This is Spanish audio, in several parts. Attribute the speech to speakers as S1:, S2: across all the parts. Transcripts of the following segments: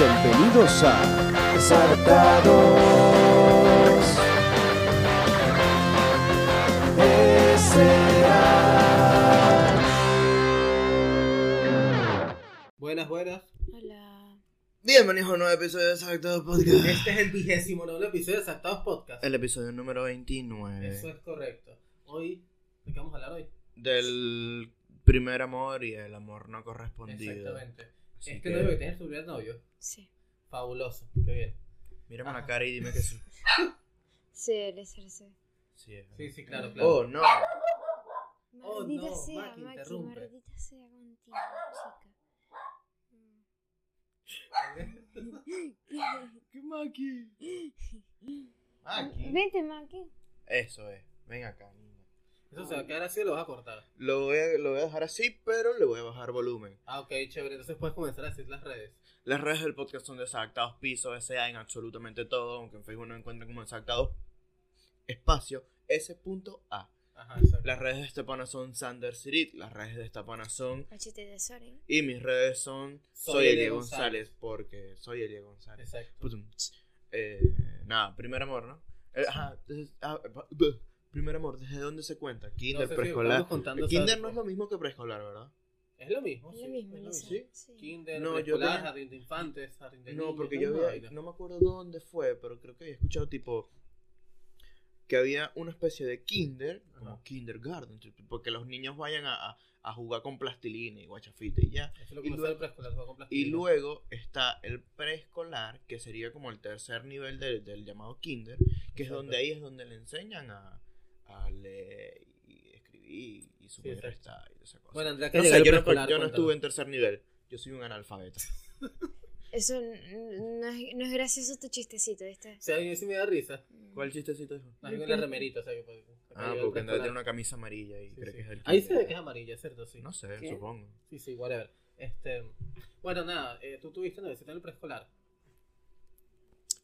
S1: Bienvenidos a Exaltados
S2: Buenas, buenas.
S3: Hola.
S4: Bienvenidos a un nuevo episodio de Exactados Podcast.
S2: Este es el vigésimo noveno episodio de Saltados Podcast.
S4: El episodio número 29.
S2: Eso es correcto. Hoy, ¿de qué vamos a hablar hoy?
S4: Del primer amor y el amor no correspondido.
S2: Exactamente.
S4: Así
S2: este
S4: que,
S2: novio que tiene su primer novio.
S3: Sí.
S2: Fabuloso, qué bien.
S4: Mírame
S2: Ajá.
S4: la cara y dime que sí.
S3: Sí, el SRC.
S4: Sí, es
S2: Sí,
S4: verdad.
S2: sí, claro, claro.
S4: Oh, no.
S2: Oh,
S3: Maldita
S2: no,
S3: sea,
S2: Maki,
S3: Maki,
S2: interrumpe.
S3: maldita sea contigo, chica. Mm.
S4: ¿Qué maqui?
S2: Ah, Aquí.
S3: Mm. Vente, Maki.
S4: Eso es. Ven acá, niña.
S2: Eso se va a quedar así o lo vas a cortar.
S4: Lo voy, a, lo voy a dejar así, pero le voy a bajar volumen.
S2: Ah, ok, chévere. Entonces puedes comenzar a decir las redes.
S4: Las redes del podcast son de Exactados Piso, S.A. en absolutamente todo, aunque en Facebook no encuentran como Exactados Espacio S.A.
S2: Ajá, exacto.
S4: Las redes de este pana son Sander Sirit, las redes de esta pana son
S3: HT Sorry.
S4: Y mis redes son
S2: Soy
S4: Soy Elie
S2: Elie
S4: González, porque soy Elie González.
S2: Exacto.
S4: Putum, ts. Eh, nada, primer amor, ¿no? Eh, ajá, entonces, ah, pa- buh, primer amor, ¿desde dónde se cuenta? Kinder,
S2: No sé si
S4: preescolar.
S2: estamos contando
S4: Kinder
S2: esas-
S4: no es lo mismo que preescolar, ¿verdad?
S2: Es lo mismo.
S3: Es
S2: Oh, sí,
S3: lo mismo,
S2: es lo
S3: Lisa.
S2: mismo.
S4: sí.
S2: Kinder,
S4: No, yo
S2: preescolar,
S4: tenía-
S2: jardín de infantes, jardín de
S4: No,
S2: niños,
S4: porque
S2: es
S4: yo
S2: una
S4: había-
S2: vaina.
S4: no me acuerdo dónde fue, pero creo que había escuchado tipo que había una especie de kinder, como
S2: Ajá.
S4: kindergarten, tipo, que los niños vayan a, a- a jugar con plastilina y guachafita y ya.
S2: Eso es lo
S4: y
S2: que pasa
S4: luego-
S2: el preescolar, juega con
S4: Y
S2: plastilina.
S4: luego está el preescolar, que sería como el tercer nivel del, del llamado kinder, que es
S2: Exacto.
S4: donde ahí es donde le enseñan a, a leer y escribir y sumar y
S2: exacto.
S4: restar y esa cosa.
S2: Bueno, Andrea, ¿qué
S4: no
S2: llega
S4: sé,
S2: el
S4: yo, no,
S2: preescolar?
S4: yo no
S2: Cuéntanos.
S4: estuve en tercer nivel, yo soy un analfabeta.
S3: Eso n- no es, no es gracioso tu chistecito, ¿viste?
S2: O sea, a mí sí me da risa.
S3: Mm.
S4: ¿Cuál Ah, chistecito es?
S2: Más bien con la remerita, o sea, que pues, puede- que
S4: Ah, porque Andrea
S2: preescolar.
S4: tiene una camisa amarilla y
S2: Sí,
S4: cree
S2: sí.
S4: que es el
S2: Ahí se
S4: kinder.
S2: ve que es amarilla, ¿cierto? Sí.
S4: No sé,
S3: ¿Qué?
S4: supongo.
S2: Sí, sí, whatever. Este, bueno, nada, eh, tú tuviste novecita en el preescolar,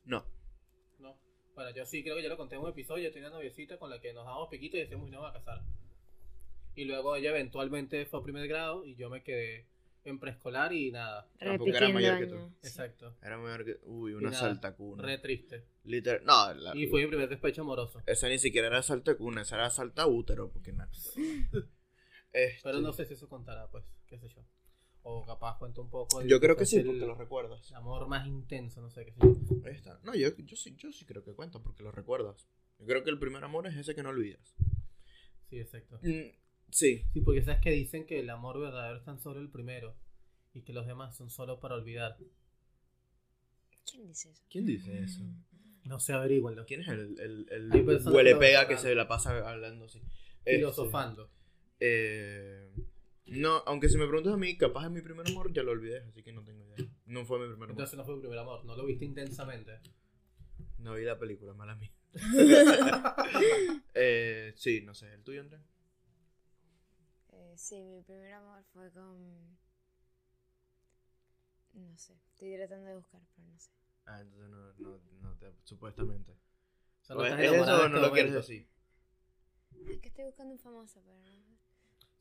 S4: No.
S2: ¿no? Bueno, yo sí creo que ya lo conté en un episodio, yo tenía una noviecita con la que nos dábamos piquitos y decíamos, "Uy, nos vamos a casar. Y luego ella eventualmente fue a primer grado y yo me quedé en preescolar y nada.
S4: Tampoco era
S3: Repitiendo
S4: mayor que tú.
S3: años. Sí.
S2: Exacto.
S4: Era mejor que. Uy,
S2: Y
S4: una Ah,
S2: nada,
S4: saltacuna.
S2: Re triste.
S4: Literal. No, la-
S2: Y fue mi primer despecho amoroso.
S4: Esa ni siquiera era saltacuna, esa era salta útero. Porque nada. Este,
S2: Pero no sé si eso contará, pues, qué sé yo. O capaz cuento un poco. de
S4: Yo
S2: lo
S4: creo
S2: fue
S4: que sí,
S2: el
S4: porque lo recuerdas.
S2: amor más intenso, no sé qué sé yo.
S4: Ahí está. No, yo, yo sí, yo sí creo que cuenta porque lo recuerdas. Yo creo que el primer amor es ese que no olvidas.
S2: Sí, exacto.
S4: Mm, sí.
S2: Sí, porque sabes que dicen que el amor verdadero es tan solo el primero y que los demás son solo para olvidar.
S3: ¿Quién dice eso?
S4: ¿Quién dice eso?
S2: No se averigüenlo.
S4: ¿Quién es el, el, el
S2: Hay personas
S4: huele
S2: que lo
S4: pega que
S2: agarran.
S4: se la pasa hablando así? Este,
S2: Filosofando.
S4: eh, no, aunque si me preguntas a mí, capaz es mi primer amor, ya lo olvidé, así que no tengo idea. No fue mi primer amor.
S2: Entonces no fue tu primer amor, no lo viste intensamente.
S4: No vi la película, mala mía. eh, sí, no sé, ¿el tuyo, André?
S3: Eh, sí, mi primer amor fue con. No sé, estoy tratando de buscar, pero no sé.
S4: Ah, entonces no, no, no te, supuestamente.
S2: O sea, no
S4: ¿Es-
S2: estás
S4: Pues, ¿Es
S2: enamorada
S4: eso o
S2: en
S4: no
S2: este
S4: lo quieres
S2: momento.
S4: decir?
S3: Es que estoy buscando un famoso, pero no.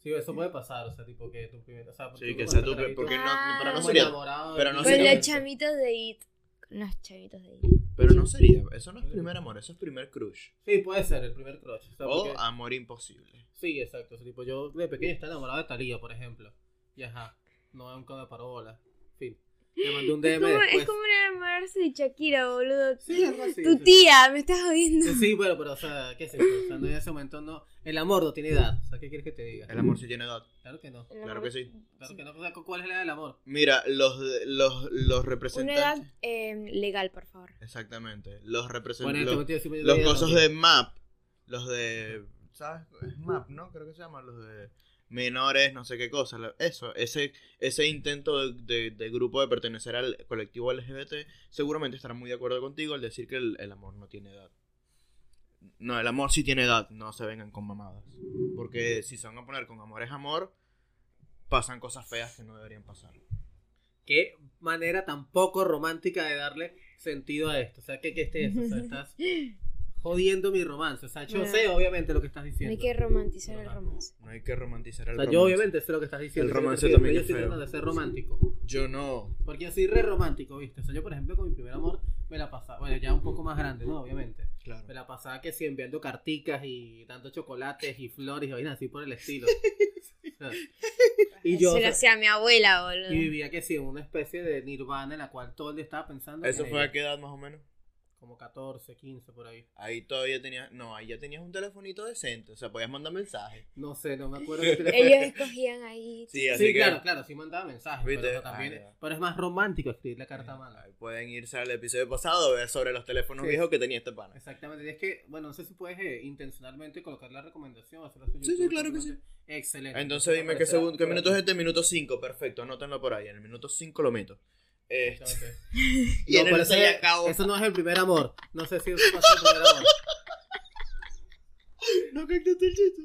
S2: Sí, eso puede pasar, o sea, tipo que tu primer. O sea, porque
S4: Sí,
S2: tú
S4: que
S2: cuando
S4: sea tu,
S2: estás ahí,
S4: porque no,
S3: Ah.
S4: pero no
S2: como
S4: sería,
S2: enamorado,
S4: pero no
S2: y-
S3: Con
S4: sería-
S3: los chamitos de IT. Con los chamitos de IT.
S4: pero no sería, eso no es primer amor, eso es primer crush,
S2: Sí, puede ser el primer crush. O sea,
S4: o
S2: porque-
S4: amor imposible.
S2: Sí, exacto. O sea, tipo, yo de pequeño estaba enamorado de Talía, por ejemplo. Y ajá, no nunca me paró bola. En fin. Le mandé un DM
S3: Es como,
S2: después.
S3: es como enamorarse de Shakira, boludo.
S2: pues. Sí, algo así.
S3: tu
S2: sí. Eh,
S3: tía, me estás jodiendo.
S2: Sí, Sí, bueno, pero o sea, qué sé yo, o sea, no, en ese momento no, el amor no tiene edad, o sea, ¿qué quieres que te diga?
S4: El amor sí tiene edad,
S2: Claro que no,
S4: claro que sí.
S2: claro que no, o sea, ¿cu- ¿cuál es la edad del amor?
S4: Mira, los, los, los
S3: Una edad
S4: representantes...
S3: eh, legal, por favor.
S4: Exactamente, los
S2: Bueno, en este
S4: representantes...
S2: momento yo sí me
S4: Los gozos de MAP. Los de. ¿Sabes? Es MAP, ¿no? Creo que se llama. Los de menores, no sé qué cosa. la- Eso, ese, ese intento de, de- de grupo de pertenecer al colectivo LGBT, seguramente estará muy de acuerdo contigo al decir que el, el amor no tiene edad. No, el amor sí tiene edad, no se vengan con mamadas. Porque si se van a poner con amor es amor, pasan cosas feas que no deberían pasar.
S2: Qué manera tan poco romántica de darle sentido a esto, o sea, ¿qué, qué es eso? O sea, estás jodiendo mi romance. O sea, yo
S3: No.
S2: sé obviamente lo que estás
S3: No
S2: diciendo.
S3: hay que romantizar el romance.
S4: No hay que romantizar
S2: O
S4: el
S2: sea,
S4: romance.
S2: yo obviamente sé lo que estás diciendo.
S4: El
S2: Yo
S4: romance
S2: prefiero-
S4: también
S2: Yo
S4: es
S2: estoy
S4: feo.
S2: tratando de ser romántico.
S4: Yo no.
S2: Porque yo soy re romántico, ¿viste? O sea, yo, por ejemplo, con mi primer amor me la pasaba. Bueno, ya un poco más grande, ¿no? Obviamente.
S4: Claro.
S2: Me la pasaba que sí, enviando carticas y dando chocolates y flores y vainas así por el estilo. O sea, y yo o
S3: Se lo
S2: sea,
S3: hacía a mi abuela,
S2: y
S3: boludo.
S2: vivía que sí, en una especie de nirvana en la cual todo el día estaba pensando.
S4: ¿Eso
S2: en
S4: fue a
S2: ella.
S4: qué edad más o menos?
S2: Como 14, 15, por ahí.
S4: Ahí todavía tenías. No, ahí ya tenías un telefonito decente. O sea, podías mandar mensajes.
S2: No sé, no me acuerdo. si le-
S3: Ellos escogían ahí.
S4: Sí, así
S2: sí,
S4: que.
S2: claro, claro, sí mandaba mensajes.
S4: ¿Viste?
S2: Pero, también,
S4: Ah, ya.
S2: pero es más romántico escribir la carta a mano.
S4: Ahí Pueden irse al episodio pasado a ver sobre los teléfonos
S2: Sí.
S4: viejos que tenía este pana.
S2: Exactamente, y es que, bueno, no sé si puedes eh, intencionalmente colocar la recomendación. hacer así en
S4: Sí, sí,
S2: YouTube,
S4: claro que sí.
S2: simplemente. Excelente.
S4: Entonces dime qué,
S2: Aparecerá
S4: segundo, qué
S2: por
S4: minuto es
S2: ahí.
S4: este. Minuto 5, perfecto. Anótenlo por ahí. En el minuto 5 lo meto. Este,
S2: Exactamente.
S4: y
S2: No,
S4: en
S2: pero
S4: el
S2: eso,
S4: seis acabo.
S2: eso no es el primer amor. No sé si eso pasó el primer amor.
S4: No captaste el chiste.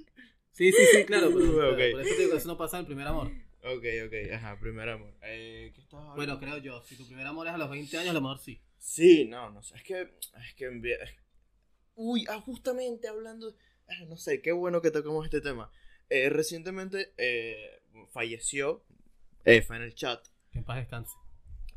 S2: Sí, sí, sí, claro. Pero,
S4: Ok.
S2: pero por eso te digo que eso no pasa en el primer amor.
S4: Ok, ok. Ajá, primer amor. Eh, ¿Qué estabas hablando?
S2: Bueno, creo yo. Si tu primer amor es a los 20 años, a lo mejor sí.
S4: Sí, no, no sé. Es que. Es que. en vie- Uy, ah, justamente hablando. ah, No sé, qué bueno que tocamos este tema. Eh, recientemente eh, falleció. eh, fue en el chat.
S2: Que en paz descanse.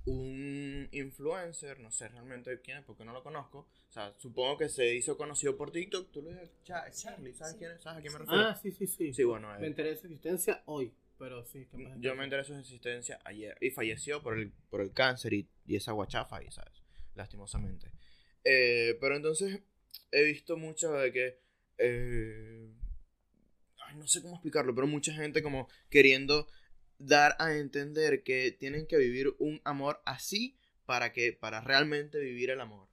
S4: Un influencer, no sé realmente quién es porque no lo conozco. O sea, supongo que se hizo conocido por TikTok. Tú lo dices, Cha- Charlie, ¿sabes
S3: Sí.
S4: quién es? ¿Sabes a quién me refiero?
S2: Ah, sí, sí, sí.
S4: Sí, bueno,
S2: Me
S4: él.
S2: enteré de su existencia hoy. Pero sí, que en paz
S4: Yo
S2: descanse.
S4: me enteré de su existencia ayer y falleció por el, por el cáncer y, y esa guachafa, y sabes, lastimosamente. Eh, pero entonces he visto mucho de que. eh, ay, no sé cómo explicarlo, pero mucha gente como queriendo dar a entender que tienen que vivir un amor así para que para realmente vivir el amor.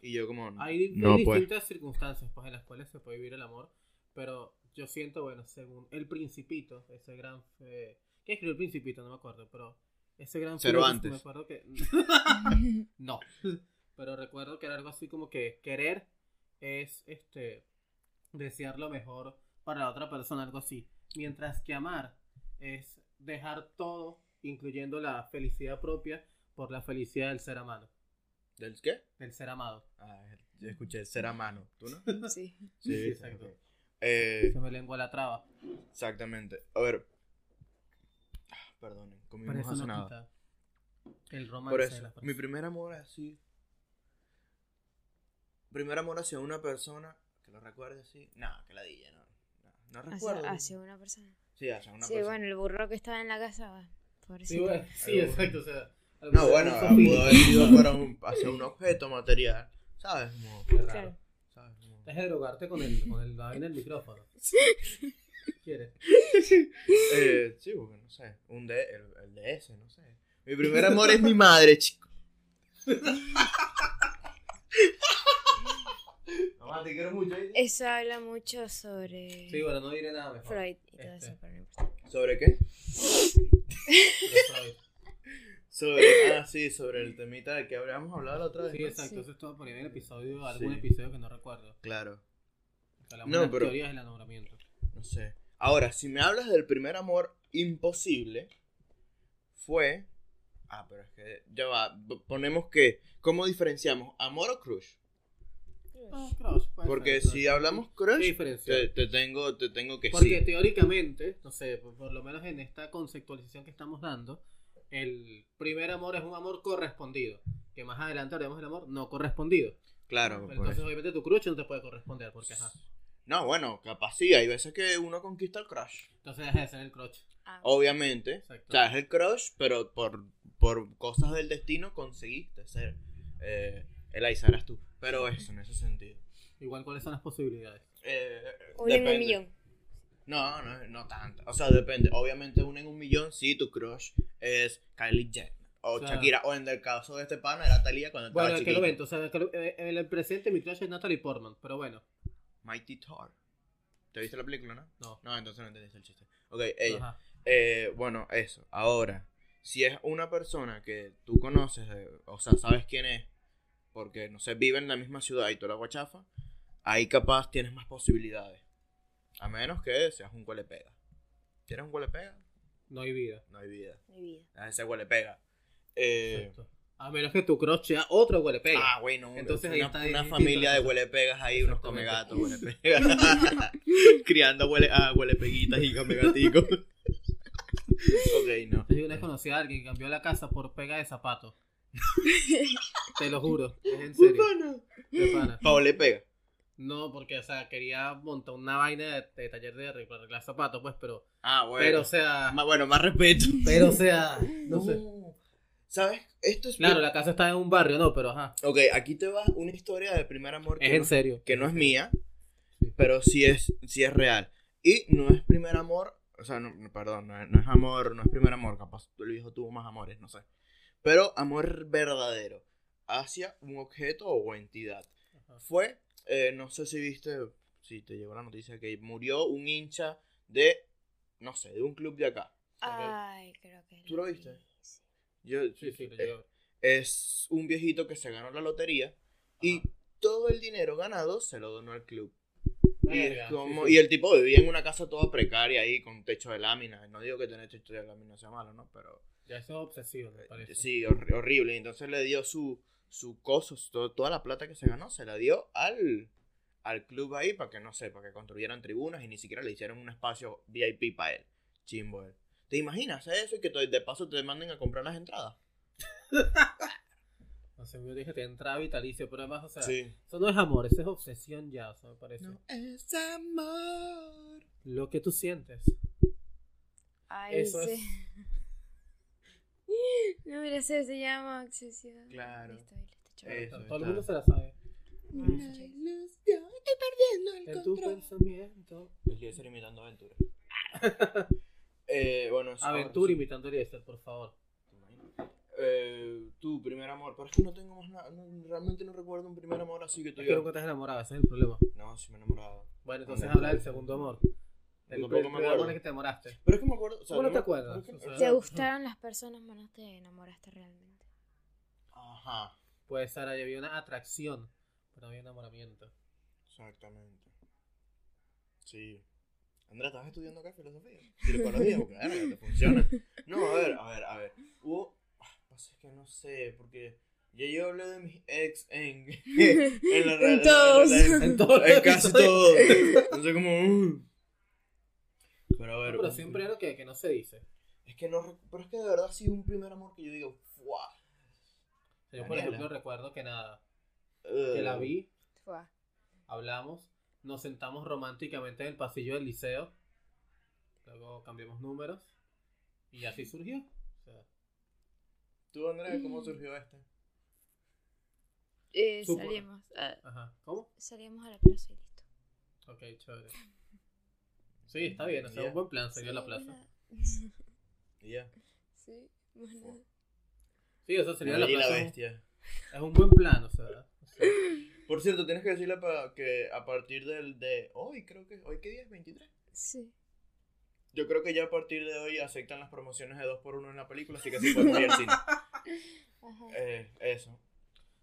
S4: Y yo como
S2: Hay,
S4: no
S2: hay
S4: pues.
S2: distintas circunstancias pues, en las cuales se puede vivir el amor, pero yo siento, bueno, según El Principito, ese gran... Eh, ¿Qué escribió El Principito? No me acuerdo, pero ese gran...
S4: Cervantes.
S2: filósofo, Me acuerdo que... no, pero recuerdo que era algo así como que querer es este desear lo mejor para la otra persona, algo así. Mientras que amar es dejar todo, incluyendo la felicidad propia, por la felicidad del ser amado.
S4: ¿Del qué?
S2: Del ser amado.
S4: Ah, yo escuché ser a mano. ¿Tú no?
S3: Sí.
S2: Sí, exacto.
S4: ok. Eh,
S2: Se me lengua la traba.
S4: Exactamente. A ver. Ah, Perdonen, comimos
S2: Pero eso
S4: hace
S2: no
S4: nada.
S2: quita el romance
S4: Por
S2: de
S4: eso,
S2: las
S4: mi
S2: personas.
S4: primer amor así. Primer amor hacia una persona que lo recuerde así. No, que la dije, no. No, no recuerdo.
S3: Hacia, hacia una persona.
S4: Sí, hacia una
S3: sí,
S4: persona.
S3: bueno, el burro que estaba en la casa. va,
S2: Sí,
S3: Pobrecito.
S2: bueno, sí, exacto. O sea,
S4: No, bueno,
S2: algo-
S4: pudo haber sido para un, hacia un objeto material. ¿Sabes? Como,
S2: Qué raro.
S3: Claro.
S4: ¿sabes? Como-
S2: Deja de drogarte con el, con el, la vaina del micrófono. ¿Quieres?
S4: Eh, sí, porque no sé. Un D, el, el DS, no sé. Mi primer amor es mi madre, chico. Mamá, te quiero mucho. ¿eh?
S3: Eso habla mucho sobre
S2: Sí, bueno, no diré nada mejor.
S3: Freud y todo
S2: Este.
S3: eso, pero no importa.
S4: ¿Sobre qué?
S2: de Freud.
S4: Sobre, ah, sí, sobre el temita de que habíamos hablado la otra vez.
S2: Sí,
S4: ¿no?
S2: exacto. Eso estuvo por ahí en el episodio, algún
S4: Sí.
S2: episodio que no recuerdo.
S4: Claro,
S2: Que hablamos
S4: No,
S2: de las
S4: pero-
S2: teorías del enamoramiento.
S4: no sé. Ahora, si me hablas del primer amor imposible, fue... Ah, pero es que ya va. p- Ponemos que... ¿Cómo diferenciamos? ¿Amor o crush?
S2: Ah, crush, puede
S4: Porque
S2: ser, crush.
S4: si hablamos
S2: ¿Qué
S4: crush,
S2: diferencia?
S4: te, te tengo, te tengo que
S2: Porque
S4: sí.
S2: teóricamente, no sé, por, por lo menos en esta conceptualización que estamos dando, el primer amor es un amor correspondido. Que más adelante hablaremos del amor no correspondido.
S4: Claro.
S2: Pero
S4: por
S2: entonces,
S4: eso.
S2: obviamente, tu crush no te puede corresponder. Porque, ajá.
S4: No, bueno, capaz sí, hay veces que uno conquista el crush.
S2: Entonces, deja de ser el crush.
S3: Ah,
S4: Obviamente.
S2: Exacto.
S4: O sea, es el crush, pero por, por cosas del destino conseguiste ser. Eh, Eliza, eras tú. Pero eso, en ese sentido.
S2: Igual, ¿cuáles son las posibilidades?
S4: Eh,
S3: Uno en
S4: depende.
S3: un millón.
S4: No, no, no tanto. O sea, depende. Obviamente, uno en un millón, sí, tu crush es Kylie Jenner. O
S2: O sea-
S4: Shakira. O en el caso de este pana, era Talía cuando estaba
S2: Bueno, en aquel
S4: chiquito.
S2: momento, o sea, en aquel- eh, en el presente mi crush es Natalie Portman, pero bueno,
S4: Mighty Thor. ¿Te viste la película, no?
S2: no.
S4: No, entonces no entendiste el chiste. Ok, ella.
S2: Ajá.
S4: Eh, bueno, eso. Ahora, si es una persona que tú conoces, eh, o sea, sabes quién es, porque, no sé, vive en la misma ciudad y tú la guachafa, ahí capaz tienes más posibilidades. A menos que seas un huele pega. Si eres un huele pega,
S2: No hay vida.
S4: no hay vida.
S3: Mi vida.
S4: Ah, Ese huele pega. Eh,
S2: Exacto. A menos que tu crush sea otro huele pega.
S4: Ah, bueno,
S2: Entonces
S4: una,
S2: ahí está
S4: una
S2: distinto,
S4: familia de
S2: ¿no?
S4: huelepegas ahí, unos come
S2: Exactamente.
S4: gatos, Criando huele, ah, huelepeguitas y come gaticos. ok, no.
S2: Yo una vez conocí a alguien que cambió la casa por pega de zapatos. Te lo juro, es en serio. De pana.
S4: Pa' huelepega.
S2: No, porque, o sea, quería montar una vaina de, de taller de arreglar, arreglar zapatos, pues, pero.
S4: Ah,
S2: Pero,
S4: bueno.
S2: o sea.
S4: más, bueno, más respeto.
S2: Pero, o sea. No sé.
S4: ¿Sabes? Esto es...
S2: Claro, la casa está en un barrio, no, pero ajá.
S4: Ok, aquí te va una historia de primer amor.
S2: Es
S4: que
S2: en
S4: no-
S2: serio.
S4: que no es mía,
S2: Sí.
S4: pero sí es, sí es real. Y no es primer amor, o sea, no, no, perdón, no es, no es amor, no es primer amor, capaz el viejo tuvo más amores, no sé. Pero amor verdadero, hacia un objeto o entidad.
S2: Ajá.
S4: Fue, eh, no sé si viste, si te llegó la noticia, que murió un hincha de, no sé, de un club de acá.
S3: Ay, creo que.
S4: ¿Tú lo
S3: vi.
S4: viste? Yo,
S2: Sí, sí, lo
S4: eh,
S2: llevo.
S4: es un viejito que se ganó la lotería y
S2: Ajá.
S4: todo el dinero ganado se lo donó al club. Y, es
S2: Verga, sí,
S4: como-
S2: sí.
S4: y el tipo vivía en una casa toda precaria ahí, con techo de lámina. No digo que tener techo de lámina sea malo, ¿no? Pero eh,
S2: Ya eso es obsesivo, me parece.
S4: sí, hor- horrible. Y Entonces le dio su, su coso, su- to- toda la plata que se ganó, se la dio al, al club ahí para que, no sé, para que construyeran tribunas y ni siquiera le hicieron un espacio VIP para él. Chimbo él. ¿Te imaginas eso y que to- de paso te manden a comprar las entradas?
S2: No sé, yo dije, te entraba vitalicio, pero además, o sea, eso no es amor, eso es obsesión ya, o sea, me parece.
S4: No es amor.
S2: Lo que tú sientes.
S3: Ay,
S2: Eso
S3: sí. No, mira, se, se llama Obsesión.
S4: Claro.
S3: Listo, ahí lo estoy
S4: Eh,
S3: chorando.
S4: Eso
S2: Todo el
S4: está.
S2: mundo se la sabe.
S3: Buenas noches.
S4: Estoy perdiendo el
S2: En tu pensamiento.
S4: Eliezer imitando Aventura. eh, bueno, sí,
S2: Aventura
S4: ahora sí.
S2: imitando a Eliezer, por favor.
S4: Eh, tu primer amor, pero es que no tengo más nada. no- realmente no recuerdo un primer amor así que
S2: Es que
S4: tuviera.
S2: nunca estás enamorada, ese es el problema.
S4: No, sí me he enamorado.
S2: Bueno, entonces
S4: Anda,
S2: habla del
S4: pues.
S2: segundo amor. El
S4: Tampoco
S2: primer
S4: me
S2: amor
S4: acuerdo.
S2: en el que te enamoraste.
S4: Pero es que me acuerdo. O sea,
S2: ¿Cómo no
S4: me-
S2: te acuerdas?
S4: creo que-
S2: O sea-
S3: ¿Te gustaron las personas menos te enamoraste realmente?
S4: Ajá,
S2: Puede ser, ahí había una atracción, pero no había enamoramiento.
S4: exactamente. Sí. Andrea, ¿estás estudiando acá filosofía? Psicología, porque verga, te funciona. No, a ver, a ver, a ver. Hubo. Ah, Pasa es que no sé, porque. Ya yo hablé de mis ex en. En, la,
S3: En
S4: la-
S3: todos.
S4: la- la-
S2: En todos los
S4: en casi
S2: episodios.
S4: todo. Entonces como... uh. Pero a
S2: No,
S4: ver...
S2: pero
S4: un-
S2: siempre era que, que no se dice.
S4: Es que no... rec- Pero es que de verdad ha sido un primer amor que yo digo... ¡Fua!
S2: O sea, Yo, por
S4: Daniela.
S2: ejemplo, recuerdo que nada,
S4: eh,
S2: que la vi,
S3: Fua.
S2: hablamos, nos sentamos románticamente en el pasillo del liceo, luego cambiamos números y así surgió. O sea,
S4: ¿Tú, Andrea, cómo surgió este?
S3: Eh,
S2: Supo-
S3: salimos. ah,
S2: ajá, ¿cómo?
S3: salimos a la plaza y listo.
S2: Ok, chévere. Sí, está bien, o sea,
S4: Ya.
S2: un buen plan, salió a la
S3: Sí,
S2: plaza.
S3: nada.
S4: Y ya.
S3: Sí, bueno.
S4: Fua.
S2: Sí, eso sería
S4: La
S2: la
S4: Bella y la
S2: plaza. es un-
S4: bestia.
S2: Es un buen plan, o sea. o sea,
S4: Por cierto, tienes que decirle pa- que a partir del de hoy, creo que... ¿Hoy qué día es? ¿23?
S3: Sí.
S4: Yo creo que ya a partir de hoy aceptan las promociones de 2x1 en la película, así que así podemos ir al cine.
S3: Ajá.
S4: Eh, eso.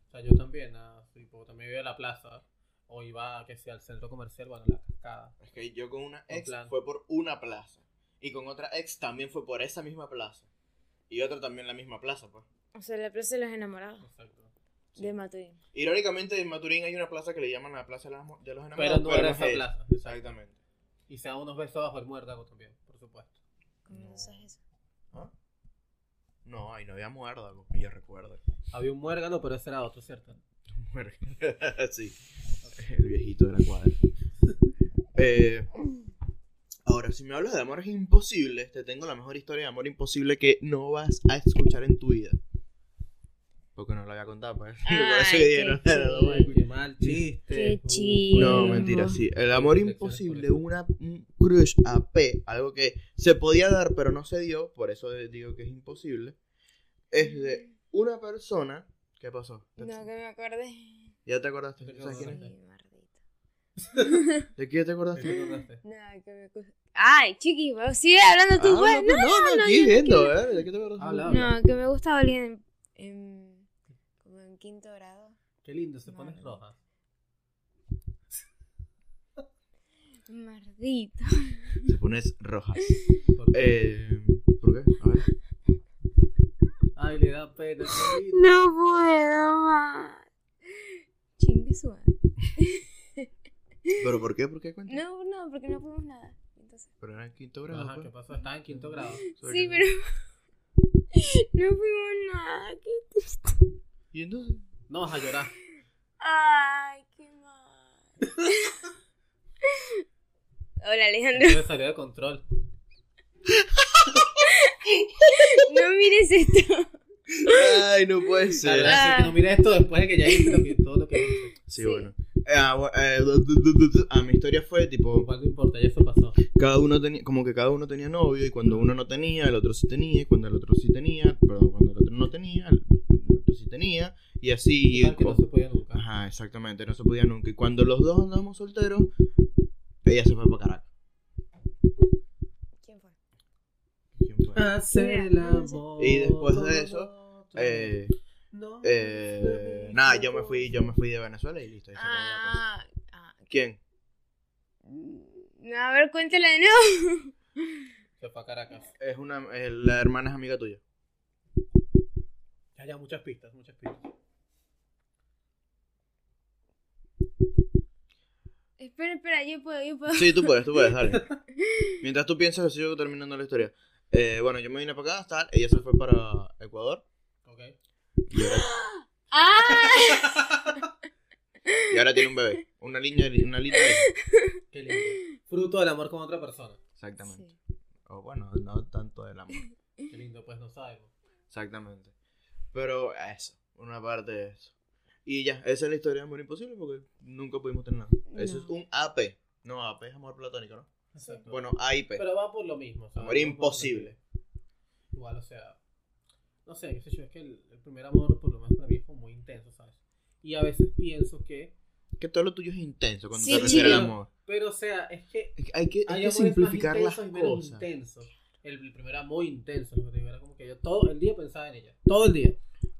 S2: O sea, yo también, nada, tipo, también iba a la plaza. O iba, que sea, al centro comercial, bueno, la cascada.
S4: Es que yo con una
S2: Un
S4: ex
S2: plan.
S4: fue por una plaza. Y con otra ex también fue por esa misma plaza. Y otra también la misma plaza, pues.
S3: O sea, la plaza de los enamorados.
S2: Exacto.
S4: Sí.
S3: De Maturín.
S4: Irónicamente, en Maturín hay una plaza que le llaman la Plaza de las Mo- de los
S2: Pero
S4: Enamorados.
S2: no era
S4: es
S2: esa
S4: ella.
S2: plaza. exacto.
S4: Exactamente.
S2: Y se da unos besos bajo el muérdago también, por supuesto.
S3: ¿Cómo
S4: No.
S3: no sabes eso?
S4: ¿Ah? No, ahí no había muérdago, que yo recuerdo.
S2: Había un muérgano, pero ese era otro, ¿cierto?
S4: Muérdago. sí. El viejito de la cuadra. Eh, ahora, si me hablas de amores imposibles, te tengo la mejor historia de amor imposible que no vas a escuchar en tu vida. Porque no la voy a contar, pues. Por eso
S3: Ay,
S4: dije,
S3: qué
S4: no, no, no,
S3: chido.
S2: Uy, qué mal chiste.
S3: Qué
S2: Uy.
S3: chido.
S4: No,
S3: Bien.
S4: mentira, sí. El amor
S2: Reflexiones
S4: imposible,
S2: por eso.
S4: una, un crush a P, algo que se podía dar pero no se dio, por eso digo que es imposible, es de una persona... ¿Qué pasó?
S3: No, que me acordé.
S4: ¿Ya te acordaste?
S2: Te
S4: ¿Sabes
S2: acordé.
S4: quién
S3: Sí, mardito.
S4: es? ¿De quién te
S2: ¿Te
S4: acordaste?
S2: acordaste?
S3: No, que me acu- Ay, chiqui, vos sigue hablando tú,
S4: Ah,
S3: pues.
S4: no, no, aquí
S3: yo no
S4: viendo,
S3: quiero.
S4: ¿eh? ¿De qué te acordaste?
S2: Habla,
S3: No,
S2: habla.
S3: que me gusta alguien en, en- como en quinto grado.
S2: Qué lindo, se
S3: No,
S2: pones
S3: no.
S2: roja.
S3: Mardito.
S4: Te pones roja.
S2: ¿Por qué?
S4: Eh, ¿Por qué? A ver.
S2: Ay, le da P. pena, Carlita.
S3: No puedo más. Chingue su madre.
S4: ¿Pero por qué? ¿Por qué cuenta?
S3: No, no, porque no fuimos nada. Entonces,
S4: Pero era en quinto grado.
S2: Ajá,
S4: pues.
S2: ¿qué pasó? Estaba en quinto grado.
S4: Soy
S3: sí,
S4: yo.
S3: pero. No fuimos nada. qué triste.
S4: ¿Y entonces?
S2: No vas a llorar.
S3: Ay, qué mal. Hola, Alejandro.
S2: Eso me salió de control.
S3: No mires esto.
S4: Ay, no puede
S2: La
S4: ser.
S2: verdad es que no mires esto después de que ya hice lo que, todo lo que hice.
S4: Sí,
S3: Sí.
S4: bueno. Eh, ah, bu- eh, du- du- du- du- du- ah, mi historia fue tipo,
S2: Igual no importa, ya eso pasó.
S4: cada uno tenía, como que cada uno tenía novio y cuando uno no tenía, el otro sí tenía, y cuando el otro sí tenía, perdón, cuando el otro no tenía, el el otro sí tenía, y así.
S2: Total, que no
S4: co-
S2: se podía nunca.
S4: Ajá, exactamente, no se podía nunca. Y cuando los dos andábamos solteros, ella se fue para Caracas.
S3: ¿Quién fue?
S4: ¿Quién fue?
S3: Ah.
S2: Hacer el amor.
S4: Y después de eso, Eh,
S2: No,
S4: eh,
S2: no,
S4: nada, yo me fui, yo me fui de Venezuela y listo. ahí se acabó la cosa.
S3: Ah, ah.
S4: ¿Quién?
S3: No, a ver, cuéntala de nuevo.
S2: Se fue a Caracas.
S4: Es una, eh, la hermana es amiga tuya.
S2: Ya, ya, muchas pistas, muchas pistas.
S3: Espera, espera, yo puedo, yo puedo.
S4: Sí, tú puedes, tú puedes, dale. Mientras tú piensas, yo sigo terminando la historia. Eh, bueno, yo me vine para acá, tal, ella se fue para Ecuador.
S2: Ok.
S4: Y ahora,
S3: ¡Ah!
S4: y ahora tiene un bebé. Una niña, una linda hija.
S2: Qué lindo. Fruto del amor con otra persona.
S4: Exactamente.
S3: Sí.
S4: O bueno, no tanto del amor.
S2: Qué lindo, pues no sabemos.
S4: Exactamente. Pero eso, una parte de eso. Y ya, esa es la historia de Amor Imposible porque nunca pudimos tener nada. Eso
S3: No.
S4: es un AP. No, AP es amor platónico, ¿no?
S2: Exacto.
S4: Bueno, AIP.
S2: Pero va por lo mismo. o sea,
S4: Amor
S2: va por lo
S4: imposible.
S2: mismo. Igual, o sea, no sé, qué sé yo, es que el, el primer amor, por lo menos para mí, es como muy intenso, ¿sabes? Y a veces pienso que,
S4: Que todo lo tuyo es intenso cuando
S3: Sí,
S4: te refieres al
S2: chico.
S4: amor.
S2: pero o sea, es que
S4: Es que Hay que, hay
S2: hay
S4: que
S2: amores
S4: simplificar
S2: más intensos
S4: las
S2: y menos
S4: cosas.
S2: intensos. El, el primero era muy intenso, lo que te digo, era como que yo todo el día pensaba en ella, todo el día.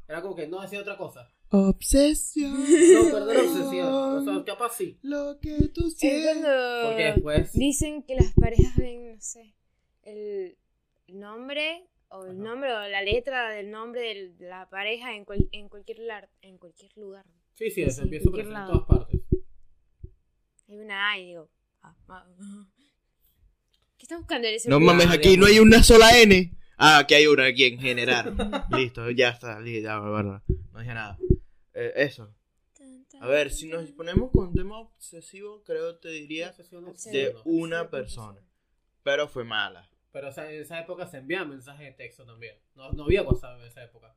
S2: Era como que no hacía otra cosa.
S4: Obsesión.
S2: No, perder obsesión. O sea, capaz sí.
S4: Lo que tú
S3: Es cuando
S2: Porque después...
S3: dicen que las parejas ven, no sé, el nombre o el
S2: Ajá.
S3: nombre o la letra del nombre del- de la pareja en, cual- en cualquier lar- en cualquier lugar.
S2: Sí, sí,
S3: Sí,
S2: eso empieza a aparecer en
S3: cualquier lado.
S2: todas partes.
S3: Hay una A y digo, ah, ah, ah. ¿qué está buscando en ese
S4: No
S3: lugar?
S4: mames, aquí no hay una sola N. Ah, aquí hay una, aquí en general. Listo, ya está, li- ya, bárbaro. No dije nada. Eh, eso.
S3: Tan, tan,
S4: A ver,
S3: tan,
S4: si nos
S3: tan.
S4: ponemos con tema obsesivo, creo te diría,
S2: Obsesión,
S3: Sí.
S4: de
S2: obsesión, ¿no?
S4: una persona. Pero fue mala.
S2: Pero o sea, en esa época se enviaban mensajes de texto también. No, no había WhatsApp en esa época.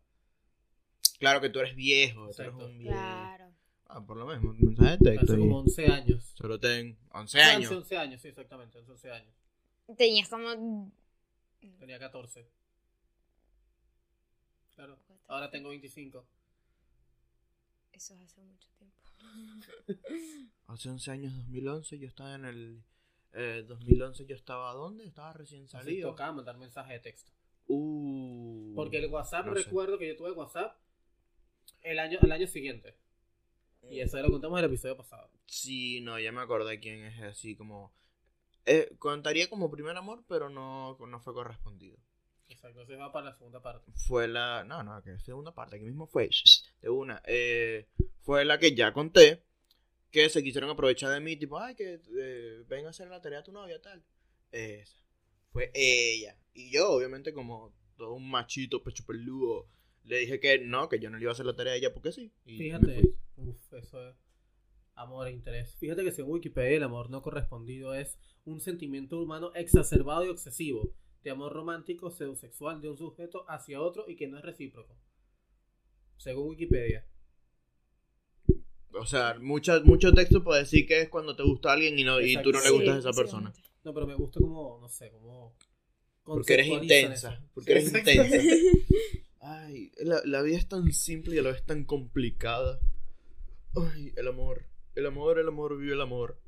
S4: Claro que tú eres viejo, tú eres
S2: Exacto.
S4: un viejo.
S3: Claro.
S4: Ah, por lo menos, mensaje de texto.
S2: Hace
S4: y-
S2: como 11 años.
S4: Solo tengo 11
S2: 11
S4: años.
S2: 11 años, sí, exactamente, 11, 11 años.
S3: Tenías como...
S2: Tenía 14. Claro, ahora tengo 25.
S3: Eso es hace mucho tiempo.
S4: Hace 11 años, 2011, yo estaba en el... eh, 2011 yo estaba, ¿dónde? Estaba recién
S2: Así
S4: salido.
S2: tocaba mandar mensajes de texto.
S4: Uh,
S2: Porque el WhatsApp,
S4: no sé.
S2: recuerdo que yo tuve WhatsApp el año, el año siguiente.
S4: Eh.
S2: Y eso ya lo contamos en el episodio pasado.
S4: Sí, no, ya me acordé quién es así como... eh, contaría como primer amor, pero no, no fue correspondido.
S2: Exacto, entonces va para la segunda parte.
S4: Fue la... No, no, que segunda parte, que mismo fue... De una. eh, fue la que ya conté, que se quisieron aprovechar de mí, tipo, ay, que eh, ven a hacer la tarea a tu novia, tal. Esa. Fue ella. Y yo, obviamente, como todo un machito pecho peludo, le dije que no, que yo no le iba a hacer la tarea a ella porque sí. Y me
S2: Fíjate,
S4: fui.
S2: uf, eso es amor e interés. Fíjate que según Wikipedia el amor no correspondido es un sentimiento humano exacerbado y obsesivo de amor romántico pseudosexual de un sujeto hacia otro y que no es recíproco. Según Wikipedia.
S4: O sea, mucha, mucho texto para decir que es cuando te gusta alguien y, no, y tú no le
S2: Exacto.
S4: gustas
S3: Sí,
S4: a esa persona.
S3: sí,
S2: No, pero me gusta como, no sé, como...
S4: Porque eres
S2: conceptualizan
S4: intensa.
S2: eso.
S4: Porque eres
S2: Exacto.
S4: intensa. Ay, la, la vida es tan simple y a la vez tan complicada. Ay, el amor. El amor, el amor, vive el amor.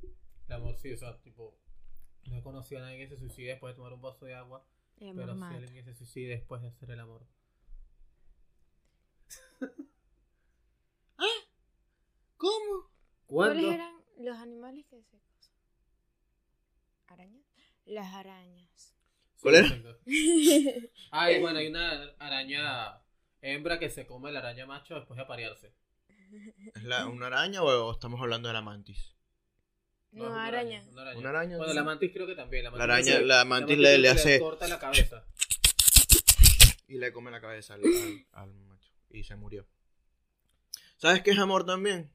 S2: El amor sí, o sea, tipo... No he conocido a nadie que se suicide después de tomar un vaso de agua,
S3: El amor
S2: pero sí
S3: mata.
S2: alguien que se suicide después de hacer el amor.
S4: ¿Cómo?
S2: ¿Cuándo?
S3: ¿Cuáles eran los animales que se ¿Arañas? Las arañas.
S2: Sí,
S4: ¿Cuál era?
S2: exacto. Ay, bueno, hay una araña Hembra que se come la araña macho después de aparearse.
S4: ¿Es la, una araña o, o estamos hablando de la mantis?
S3: No,
S2: es una
S3: araña.
S2: Una araña.
S4: Una araña.
S2: Bueno, la mantis creo que también. La
S4: La
S2: mantis,
S4: araña,
S2: sí.
S4: la mantis le, le hace
S2: corta la cabeza.
S4: y le come la cabeza al, al- al macho y se murió. ¿Sabes qué es amor también?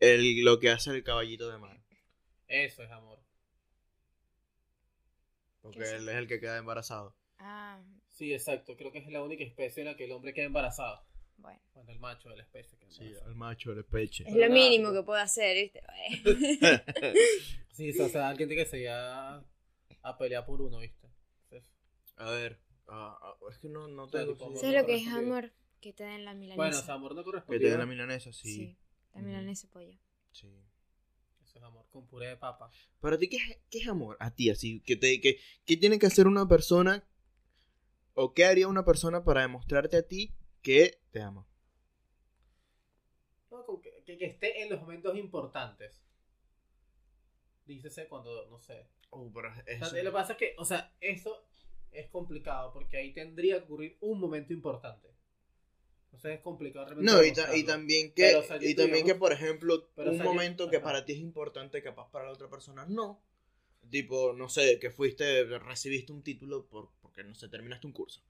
S4: El, lo que hace el caballito de mar.
S2: Eso es amor.
S4: Porque
S3: ¿Qué es
S4: él es el que queda embarazado.
S3: Ah,
S2: Sí, exacto. Creo que es la única especie en la que el hombre queda embarazado.
S3: bueno.
S2: Bueno, el macho de la especie queda
S4: Sí,
S2: embarazado.
S4: al macho, el peche.
S3: Es
S2: Pero nada,
S3: lo mínimo
S2: pues.
S3: que puedo hacer, ¿viste?
S2: Sí, o sea, alguien tiene que seguir a, a pelear por uno, ¿viste? Entonces,
S4: A ver, ah, ah, es que no, no
S2: O sea,
S4: tengo...
S2: tipo,
S4: idea.
S3: ¿Sabes lo que es
S2: correspondido.
S3: amor? Que te den la milanesa.
S2: bueno, o sea, amor no
S4: Que te
S2: correspondido.
S4: den la milanesa, sí.
S3: sí. La milanesa de pollo.
S4: sí.
S2: Eso es amor con puré de papa.
S4: Para ti, ¿qué es, qué es amor? A ti, así, que te, que, ¿qué tiene que hacer una persona o qué haría una persona para demostrarte a ti que te ama?
S2: No, con que, que- que esté en los momentos importantes. Dícese cuando, no sé.
S4: Oh, pero
S2: O sea, Lo que pasa es que, o sea, eso es complicado porque ahí tendría que ocurrir un momento importante. Entonces es complicado realmente.
S4: No, y, ta- y
S2: demostrarlo.
S4: también que,
S2: Pero, o sea, yo
S4: y
S2: te
S4: también
S2: digo-
S4: que por ejemplo,
S2: Pero, o
S4: un
S2: sea, yo-
S4: momento que
S2: ajá.
S4: para ti es importante, capaz para la otra persona no. Tipo, no sé, que fuiste, recibiste un título por, porque, no sé, terminaste un curso.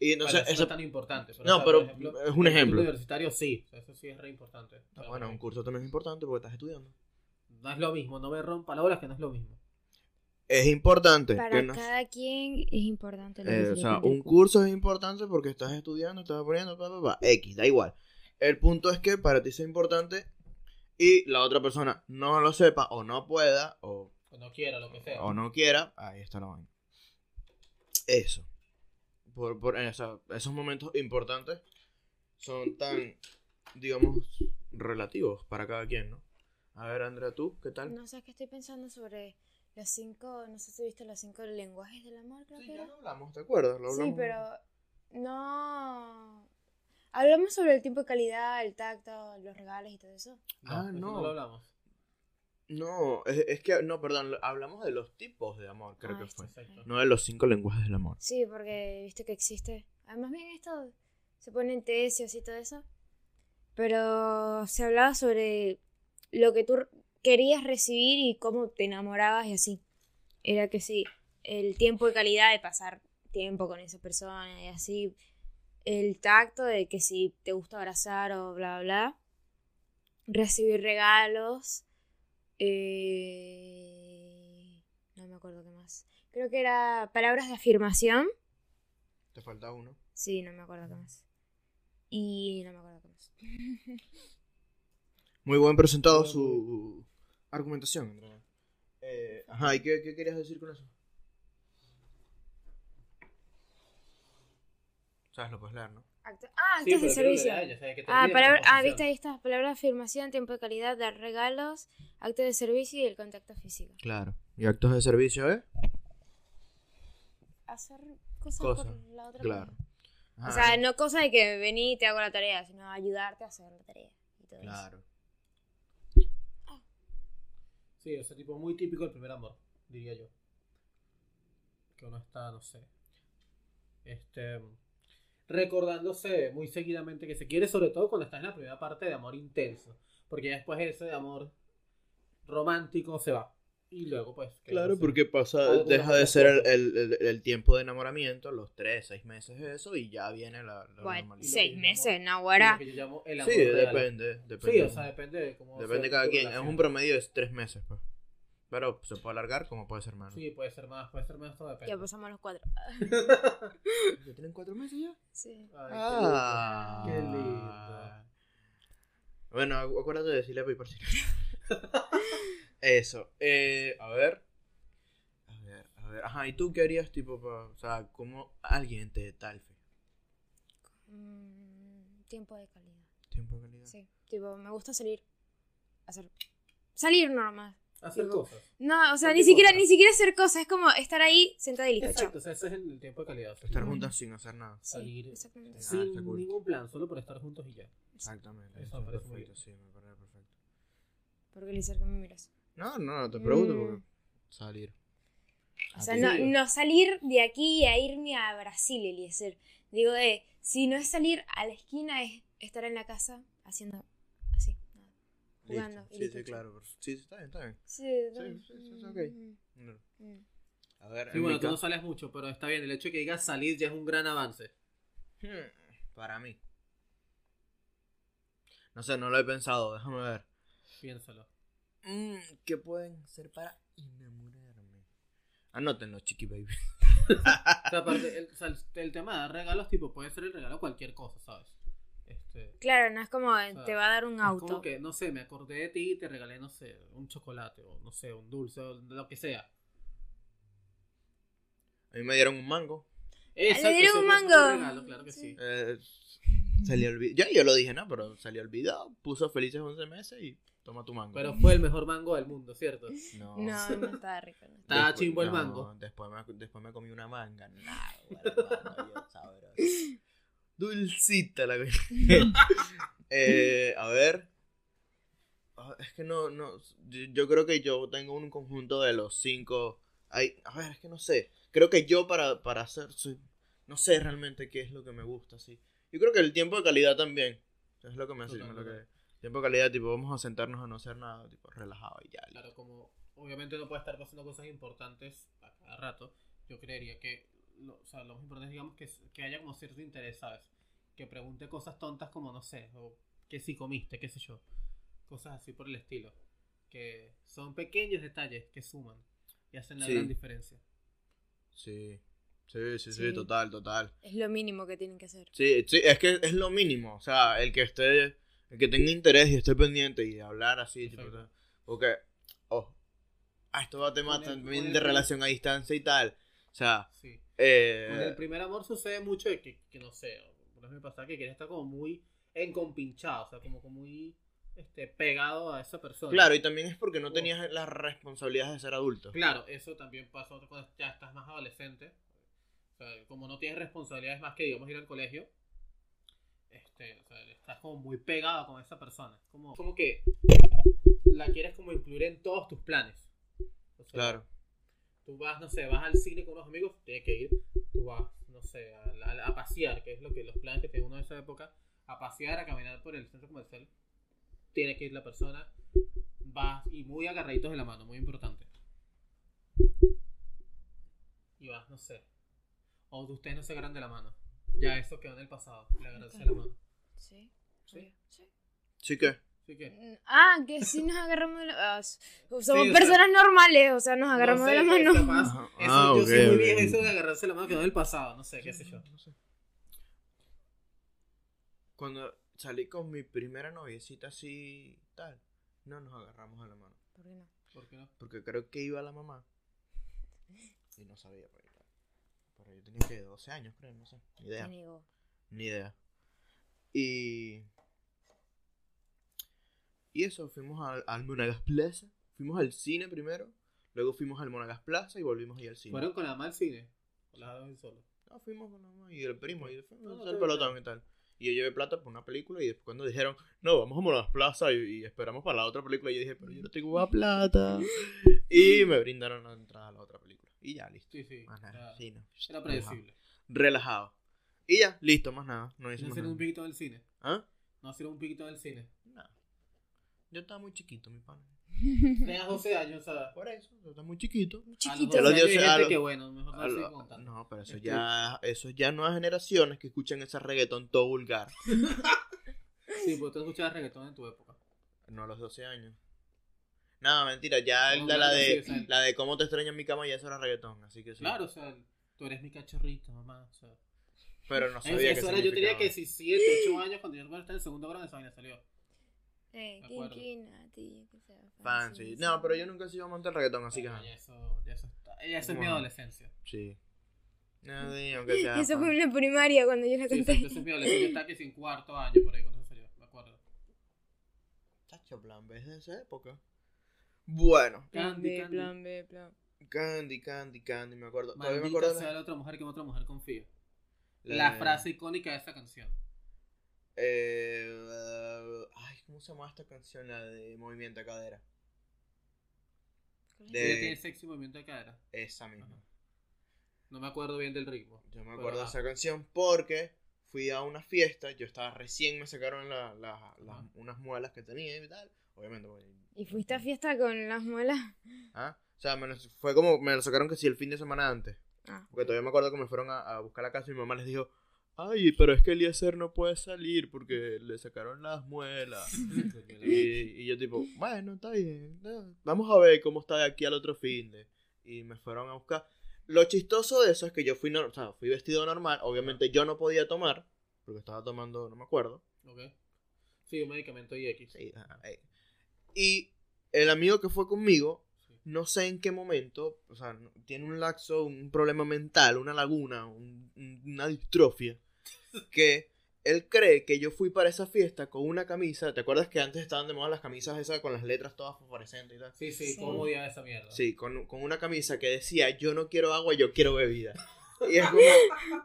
S4: Y
S2: Bueno,
S4: entonces,
S2: eso no
S4: eso,
S2: es tan importante.
S4: no,
S2: o sea,
S4: pero
S2: por ejemplo,
S4: es un
S2: el
S4: ejemplo.
S2: Universitario sí, o sea, eso sí es re importante. O sea,
S4: bueno, un curso también es importante porque estás estudiando.
S2: No es lo mismo, no me rompa la bola que no es lo mismo.
S4: Es importante.
S3: Para
S4: que no-
S3: cada quien es importante lo
S4: Eh,
S3: que
S4: o
S3: se
S4: sea,
S3: le
S4: un
S3: cuenta.
S4: curso es importante porque estás estudiando, estás poniendo, pa, pa, pa, X, da igual. El punto es que para ti sea importante y la otra persona no lo sepa o no pueda o,
S2: O no quiera, lo que sea.
S4: o no quiera, ahí está la vaina. Eso. Por, por- eh, o sea, esos momentos importantes son tan, digamos, relativos para cada quien, ¿no? A ver, Andrea, ¿tú qué tal?
S3: No sé, es que estoy pensando sobre los cinco, no sé si viste los cinco lenguajes del amor, creo
S4: Sí,
S3: que
S4: ya
S3: era.
S4: lo hablamos, ¿te acuerdas? Lo
S3: Sí,
S4: hablamos.
S3: pero no. Hablamos sobre el tiempo de calidad, el tacto, los regalos y todo eso.
S4: Ah,
S2: eso
S4: no.
S2: lo hablamos.
S4: No, es, es que, no, perdón, lo- hablamos de los tipos de amor, creo
S3: Ah,
S4: que
S3: esto
S4: fue.
S3: sí.
S2: Perfecto.
S4: No de los cinco lenguajes del amor.
S3: Sí, porque viste que existe. Además, bien, esto se ponen tecios y todo eso. Pero se hablaba sobre lo que tú querías recibir y cómo te enamorabas y así. Era que sí, el tiempo de calidad de pasar tiempo con esa persona y así. El tacto de que si te gusta abrazar o bla, bla, bla. Recibir regalos. eh, No me acuerdo qué más. Creo que era palabras de afirmación.
S4: Te falta uno.
S3: Sí, no me acuerdo qué más. Y no me acuerdo qué más.
S4: Muy buen presentado
S2: Muy,
S4: su argumentación, Andrea. Eh, ajá, ¿y qué, qué querías decir con eso? Sabes, lo puedes leer, ¿no?
S3: Acto- ah,
S2: Sí,
S3: actos de
S2: pero creo que
S3: servicio.
S2: era ella, o sea, que
S3: Ah,
S2: termine
S3: palabra-
S2: con
S3: ah, viste
S2: posesión.
S3: ahí está. Palabras de afirmación, tiempo de calidad, dar regalos, actos de servicio y el contacto físico.
S4: Claro. ¿Y actos de servicio, eh?
S3: Hacer cosas
S4: Cosa,
S3: por la otra
S4: claro. Ah.
S3: persona.
S4: Ajá,
S3: O sea, no cosa de que vení y te hago la tarea, sino ayudarte a hacer la tarea. Y todo
S4: Claro.
S2: Sí, ese tipo muy típico del primer amor, diría yo. Que uno está, no sé. Este. Recordándose muy seguidamente que se quiere, sobre todo cuando estás en la primera parte de amor intenso. Porque ya después ese de amor romántico se va. Y luego, pues. que no
S4: Claro,
S2: sé.
S4: porque pasa,
S2: Alguna
S4: deja de
S2: otra
S4: ser el,
S2: cosa.
S4: el- el- el tiempo de enenamoramiento, los tres, seis meses de eso, y ya viene la, la
S3: eso. Bueno,
S4: normalidad.
S3: seis
S2: Lo que
S3: meses,
S2: Lo
S3: Nahuara.
S2: que yo llamo el amor.
S4: Sí,
S2: real.
S4: depende, depende.
S2: Sí, o sea, depende de cómo. sea
S4: Depende de cada
S2: tu
S4: quien. Es
S2: relación.
S4: un promedio de tres meses, pues. Pero se puede alargar como puede ser menos.
S2: Sí, puede ser más, puede ser menos, todo depende.
S3: Ya pues. pasamos los cuatro.
S4: ¿Ya tienen cuatro meses ya?
S3: Sí.
S2: Ay, qué
S4: Ah,
S2: lindo. Qué lindo.
S4: Bueno, acu- acuérdate de decirle a Paper Eso. Eh, a ver. A ver, a ver. Ajá, ¿y tú qué harías, tipo, pa- o sea, como alguien te talfe?
S3: Mm, tiempo de calidad.
S4: Tiempo de calidad.
S3: Sí, tipo, me gusta salir. Hacer. Salir nomás.
S2: Hacer cosas.
S3: No, o sea,
S2: Cualquier
S3: ni siquiera,
S2: cosa.
S3: ni siquiera hacer cosas, es como estar ahí sentada y listo. chao.
S2: Exacto, o sea, ese es el tiempo de calidad. o sea,
S4: Estar
S2: no
S4: juntas sin hacer nada.
S3: Sí,
S2: Salir.
S3: exactamente.
S4: Ah,
S2: Sin
S4: está cool.
S2: ningún plan, solo por estar juntos y ya.
S4: Exactamente.
S2: Eso
S4: Eso
S2: me
S4: es
S2: parece muy
S4: perfecto, sí, me parece perfecto.
S3: Porque le que me miras.
S4: No, no, no te pregunto
S3: Mm.
S4: porque salir.
S3: O sea,
S4: Ah,
S3: no,
S2: sí.
S3: no salir de aquí a irme a Brasil, Eliezer. Digo, eh, si no es salir a la esquina, es estar en la casa haciendo así. nada. jugando,
S4: Listo.
S3: y
S4: Sí,
S3: listo,
S4: sí,
S3: chao.
S4: claro. pero- Sí, sí, está bien, está bien.
S3: Sí,
S4: Sí, sí, sí, es ok.
S3: mm,
S4: No.
S3: mm.
S4: A ver,
S2: Sí,
S4: en
S2: bueno,
S4: mi
S2: tú no
S4: caso-
S2: sales mucho, pero está bien. El hecho de que digas salir ya es un gran avance.
S4: Hmm, Para mí. No sé, no lo he pensado, déjame ver.
S2: Piénsalo.
S4: Mm, ¿Qué pueden ser para enamorarme? Anótenlo, chiqui baby.
S2: O sea, aparte, el, o sea, el- el tema de dar regalos, tipo, puede ser el regalo cualquier cosa, ¿sabes? Este,
S3: Claro, no es como eh,
S2: sea,
S3: te va a dar un
S2: Es
S3: auto.
S2: Como que, no sé, me acordé de ti y te regalé, no sé, un chocolate o no sé, un dulce o lo que sea.
S4: A mí me dieron un mango.
S2: Exacto,
S3: dieron
S2: ese
S3: un
S2: puede ser
S3: mango.
S2: regalo, claro que sí.
S4: Eh, salió olvidado. Yo, yo lo dije, ¿no? Pero salió olvidado. Puso felices 11 meses y toma tu mango.
S2: Pero fue el mejor mango del mundo, ¿cierto?
S4: no.
S3: No, no estaba rico. no.
S2: Estaba
S4: Después-
S2: chimbo el
S4: no,
S2: mango.
S4: Después me, después me comí una manga. Nah, güey, hermano, yo sabroso. Dulcita la virgen. eh, a ver. Ah, Es que no, no. Yo, yo creo que yo tengo un conjunto de los cinco. Ay, a ver, es que no sé. Creo que yo para, para hacer. soy- no sé realmente qué es lo que me gusta, sí. Yo creo que el tiempo de calidad también. Es lo que me hace.
S2: Total,
S4: lo que-
S2: total.
S4: tiempo de calidad, tipo, vamos a sentarnos a no hacer nada, tipo, relajado y ya.
S2: Claro, como obviamente no puede estar pasando cosas importantes a cada rato, yo creería que lo, o sea, lo más importante es digamos, que, que haya como cierto interés, ¿sabes? Que pregunte cosas tontas como, no sé, o que si comiste, qué sé yo. Cosas así por el estilo. Que son pequeños detalles que suman y hacen la
S4: Sí.
S2: gran diferencia.
S4: Sí. Sí, sí, sí,
S3: Sí.
S4: total, total.
S3: Es lo mínimo que tienen que hacer.
S4: Sí, sí, es que es lo mínimo. O sea, el que esté, el que tenga interés y esté pendiente y hablar así, tipo,
S2: Exacto.
S4: porque, oh, ah, esto va a temas
S2: Con el-
S4: también
S2: con el-
S4: de relación a distancia y tal. O sea,
S2: Sí. Con el
S4: eh,
S2: primer amor sucede mucho de que, que no sé, por me pasa que quería estar como muy encompinchado, o sea, como, como muy este, pegado a esa persona.
S4: claro, y también es
S2: Oh.
S4: porque no tenías las responsabilidades de ser adulto.
S2: Claro, eso también pasa otra cuando ya estás más adolescente. O sea, como no tienes responsabilidades más que, digamos, ir al colegio, este, o sea, estás como muy pegado con esa persona. Es Como, como que la quieres como incluir en todos tus planes. O sea,
S4: Claro.
S2: Tú vas, no sé, vas al cine con unos amigos, tienes que ir. Tú vas, no sé, a, a- a pasear, que es lo que los planes que tiene uno de esa época. A pasear, a caminar por el centro comercial. Tiene que ir la persona. Vas y muy agarraditos de la mano, muy importante. Y vas, no sé. O de ustedes no se agarran de la mano. Ya eso quedó en el pasado, le agarrarse de la mano.
S3: Sí.
S2: Sí.
S3: obvio, sí.
S4: Sí que,
S2: Así que.
S3: Mm, Ah, que si nos agarramos de la ah, s- Somos
S2: o sea,
S3: personas normales, o sea, nos agarramos
S2: no sé,
S3: de la
S2: pues,
S3: mano.
S2: capaz, eso,
S4: Ah,
S2: yo
S4: ok,
S2: soy muy
S4: ok.
S2: viejo, eso de agarrarse la mano quedó en el pasado, no sé, qué sé yo.
S4: No sé. Cuando salí con mi primera noviecita así, tal, no nos agarramos a la mano.
S3: ¿Por qué no?
S2: ¿Por qué no?
S4: Porque creo que iba la mamá. Y no sabía por ahí. Pero yo tenía que 12 años, creo, no sé. Ni idea.
S3: Te digo,
S4: Ni idea. Y. Y eso, fuimos al, al Monagas Plaza. Fuimos al cine primero. Luego fuimos al Monagas Plaza y volvimos ahí al cine.
S2: ¿Fueron con la mamá al cine? ¿O las dejaron solo?
S4: No, fuimos con la mamá y el primo. Y fuimos
S2: No,
S4: a
S2: no,
S4: hacer el
S2: está bien,
S4: pelotón y tal. Y yo llevé plata por una película. Y después, cuando dijeron, no, vamos a Monagas Plaza y, y esperamos para la otra película. Yo dije, pero yo no tengo más plata. y me brindaron la entrada a la otra película. Y ya, listo.
S2: Sí, sí.
S4: Más nada,
S2: era-
S4: sí, no.
S2: Era
S4: Relajado.
S2: predecible.
S4: Relajado. Y ya, listo, más nada. No
S2: No
S4: hicimos
S2: hicieron
S4: nada.
S2: un piquito en el cine.
S4: ¿Ah?
S2: No hicieron un piquito en el cine.
S4: Nada. Yo estaba muy chiquito, mi pana.
S2: Tenías 12 años, o sea.
S4: Por eso, yo estaba muy chiquito.
S3: Chiquito.
S2: A
S4: Los
S2: los 12 años hay
S4: dioses- a
S2: gente
S4: los-
S2: que bueno, mejor no
S4: A
S2: estoy
S4: lo-
S2: contando.
S4: no, pero eso
S2: Estoy-
S4: ya, eso ya nuevas generaciones que escuchan ese reggaetón todo vulgar.
S2: Sí, porque tú escuchabas reggaetón en tu época.
S4: No a los 12 años. Nada, mentira, ya
S2: No,
S4: el de la
S2: claro, sí,
S4: de
S2: o sea, el-
S4: la de cómo te extraño en mi cama ya eso era reggaetón, así que sí.
S2: Claro, o sea, el- tú eres mi cachorrito, mamá. O sea,
S4: Pero no
S2: eso
S4: sabía
S2: eso
S4: qué
S2: era, yo tenía
S4: significaba.
S2: que 17, 8 años cuando yo estaba en segundo grado de esa vaina salió.
S3: Eh,
S2: Me
S3: qué
S2: acuerdo.
S3: inquina, tío, que sea
S4: Fancy. No, pero yo nunca he sido amante del reggaetón, así que
S2: Bueno,
S4: ajá.
S2: Ah, ya eso, ya eso, está- ya eso es mi
S4: Bueno.
S2: adolescencia.
S4: Sí. No, sí, aunque sea.
S3: Eso fue
S4: fan.
S3: en la primaria cuando yo la
S2: Sí,
S3: conté.
S2: exacto, eso es mi adolescencia. Yo estaba que sin cuarto año por ahí cuando eso salió, me acuerdo.
S4: Chacho, plan B es de esa época. Bueno,
S3: Plan
S2: Candy,
S3: B,
S2: Candy.
S3: plan B, plan
S4: Candy, Candy, Candy, me acuerdo. Todavía me acuerdo
S2: Maldita
S4: de
S2: sea la otra mujer que en otra mujer confía.
S4: la-
S2: La frase icónica de esa canción.
S4: Eh, ay, ¿cómo se llama esta canción? La de Movimiento de Cadera. De-
S2: Ella tiene sexy movimiento de cadera.
S4: Esa misma.
S2: Ajá. No me acuerdo bien del ritmo.
S4: Yo me
S2: Pero,
S4: acuerdo de
S2: ajá.
S4: esa canción porque fui a una fiesta, yo estaba recién, me sacaron la- la- las-
S2: Ajá.
S4: unas muelas que tenía y tal. Obviamente, porque-
S3: ¿Y fuiste a fiesta con las muelas?
S4: ¿Ah? O sea, me las- fue como, me lo sacaron que sí el fin de semana antes.
S3: Ah.
S4: Porque todavía me acuerdo que me fueron a, a buscar a la casa y mi mamá les dijo, ay, pero es que Eliezer no puede salir porque le sacaron las muelas. Y, y yo tipo, bueno, está bien. no, Vamos a ver cómo está de aquí al otro fin de. Y me fueron a buscar. Lo chistoso de eso es que yo fui, nor- o sea, fui vestido normal. Obviamente yo no podía tomar, porque estaba tomando, no me acuerdo.
S2: Ok. Sí, un medicamento y X.
S4: Sí, ajá, eh. Y el amigo que fue conmigo, no sé en qué momento, o sea, no- tiene un laxo, un problema mental, una laguna, un- un- una distrofia, que él cree que yo fui para esa fiesta con una camisa. ¿Te acuerdas que antes estaban de moda las camisas esas con las letras todas fosforescentes y tal?
S2: Sí, sí,
S3: Sí.
S2: cómo odiaba esa mierda.
S4: Sí, con, con una camisa que decía, yo no quiero agua, yo quiero bebida. Y es como,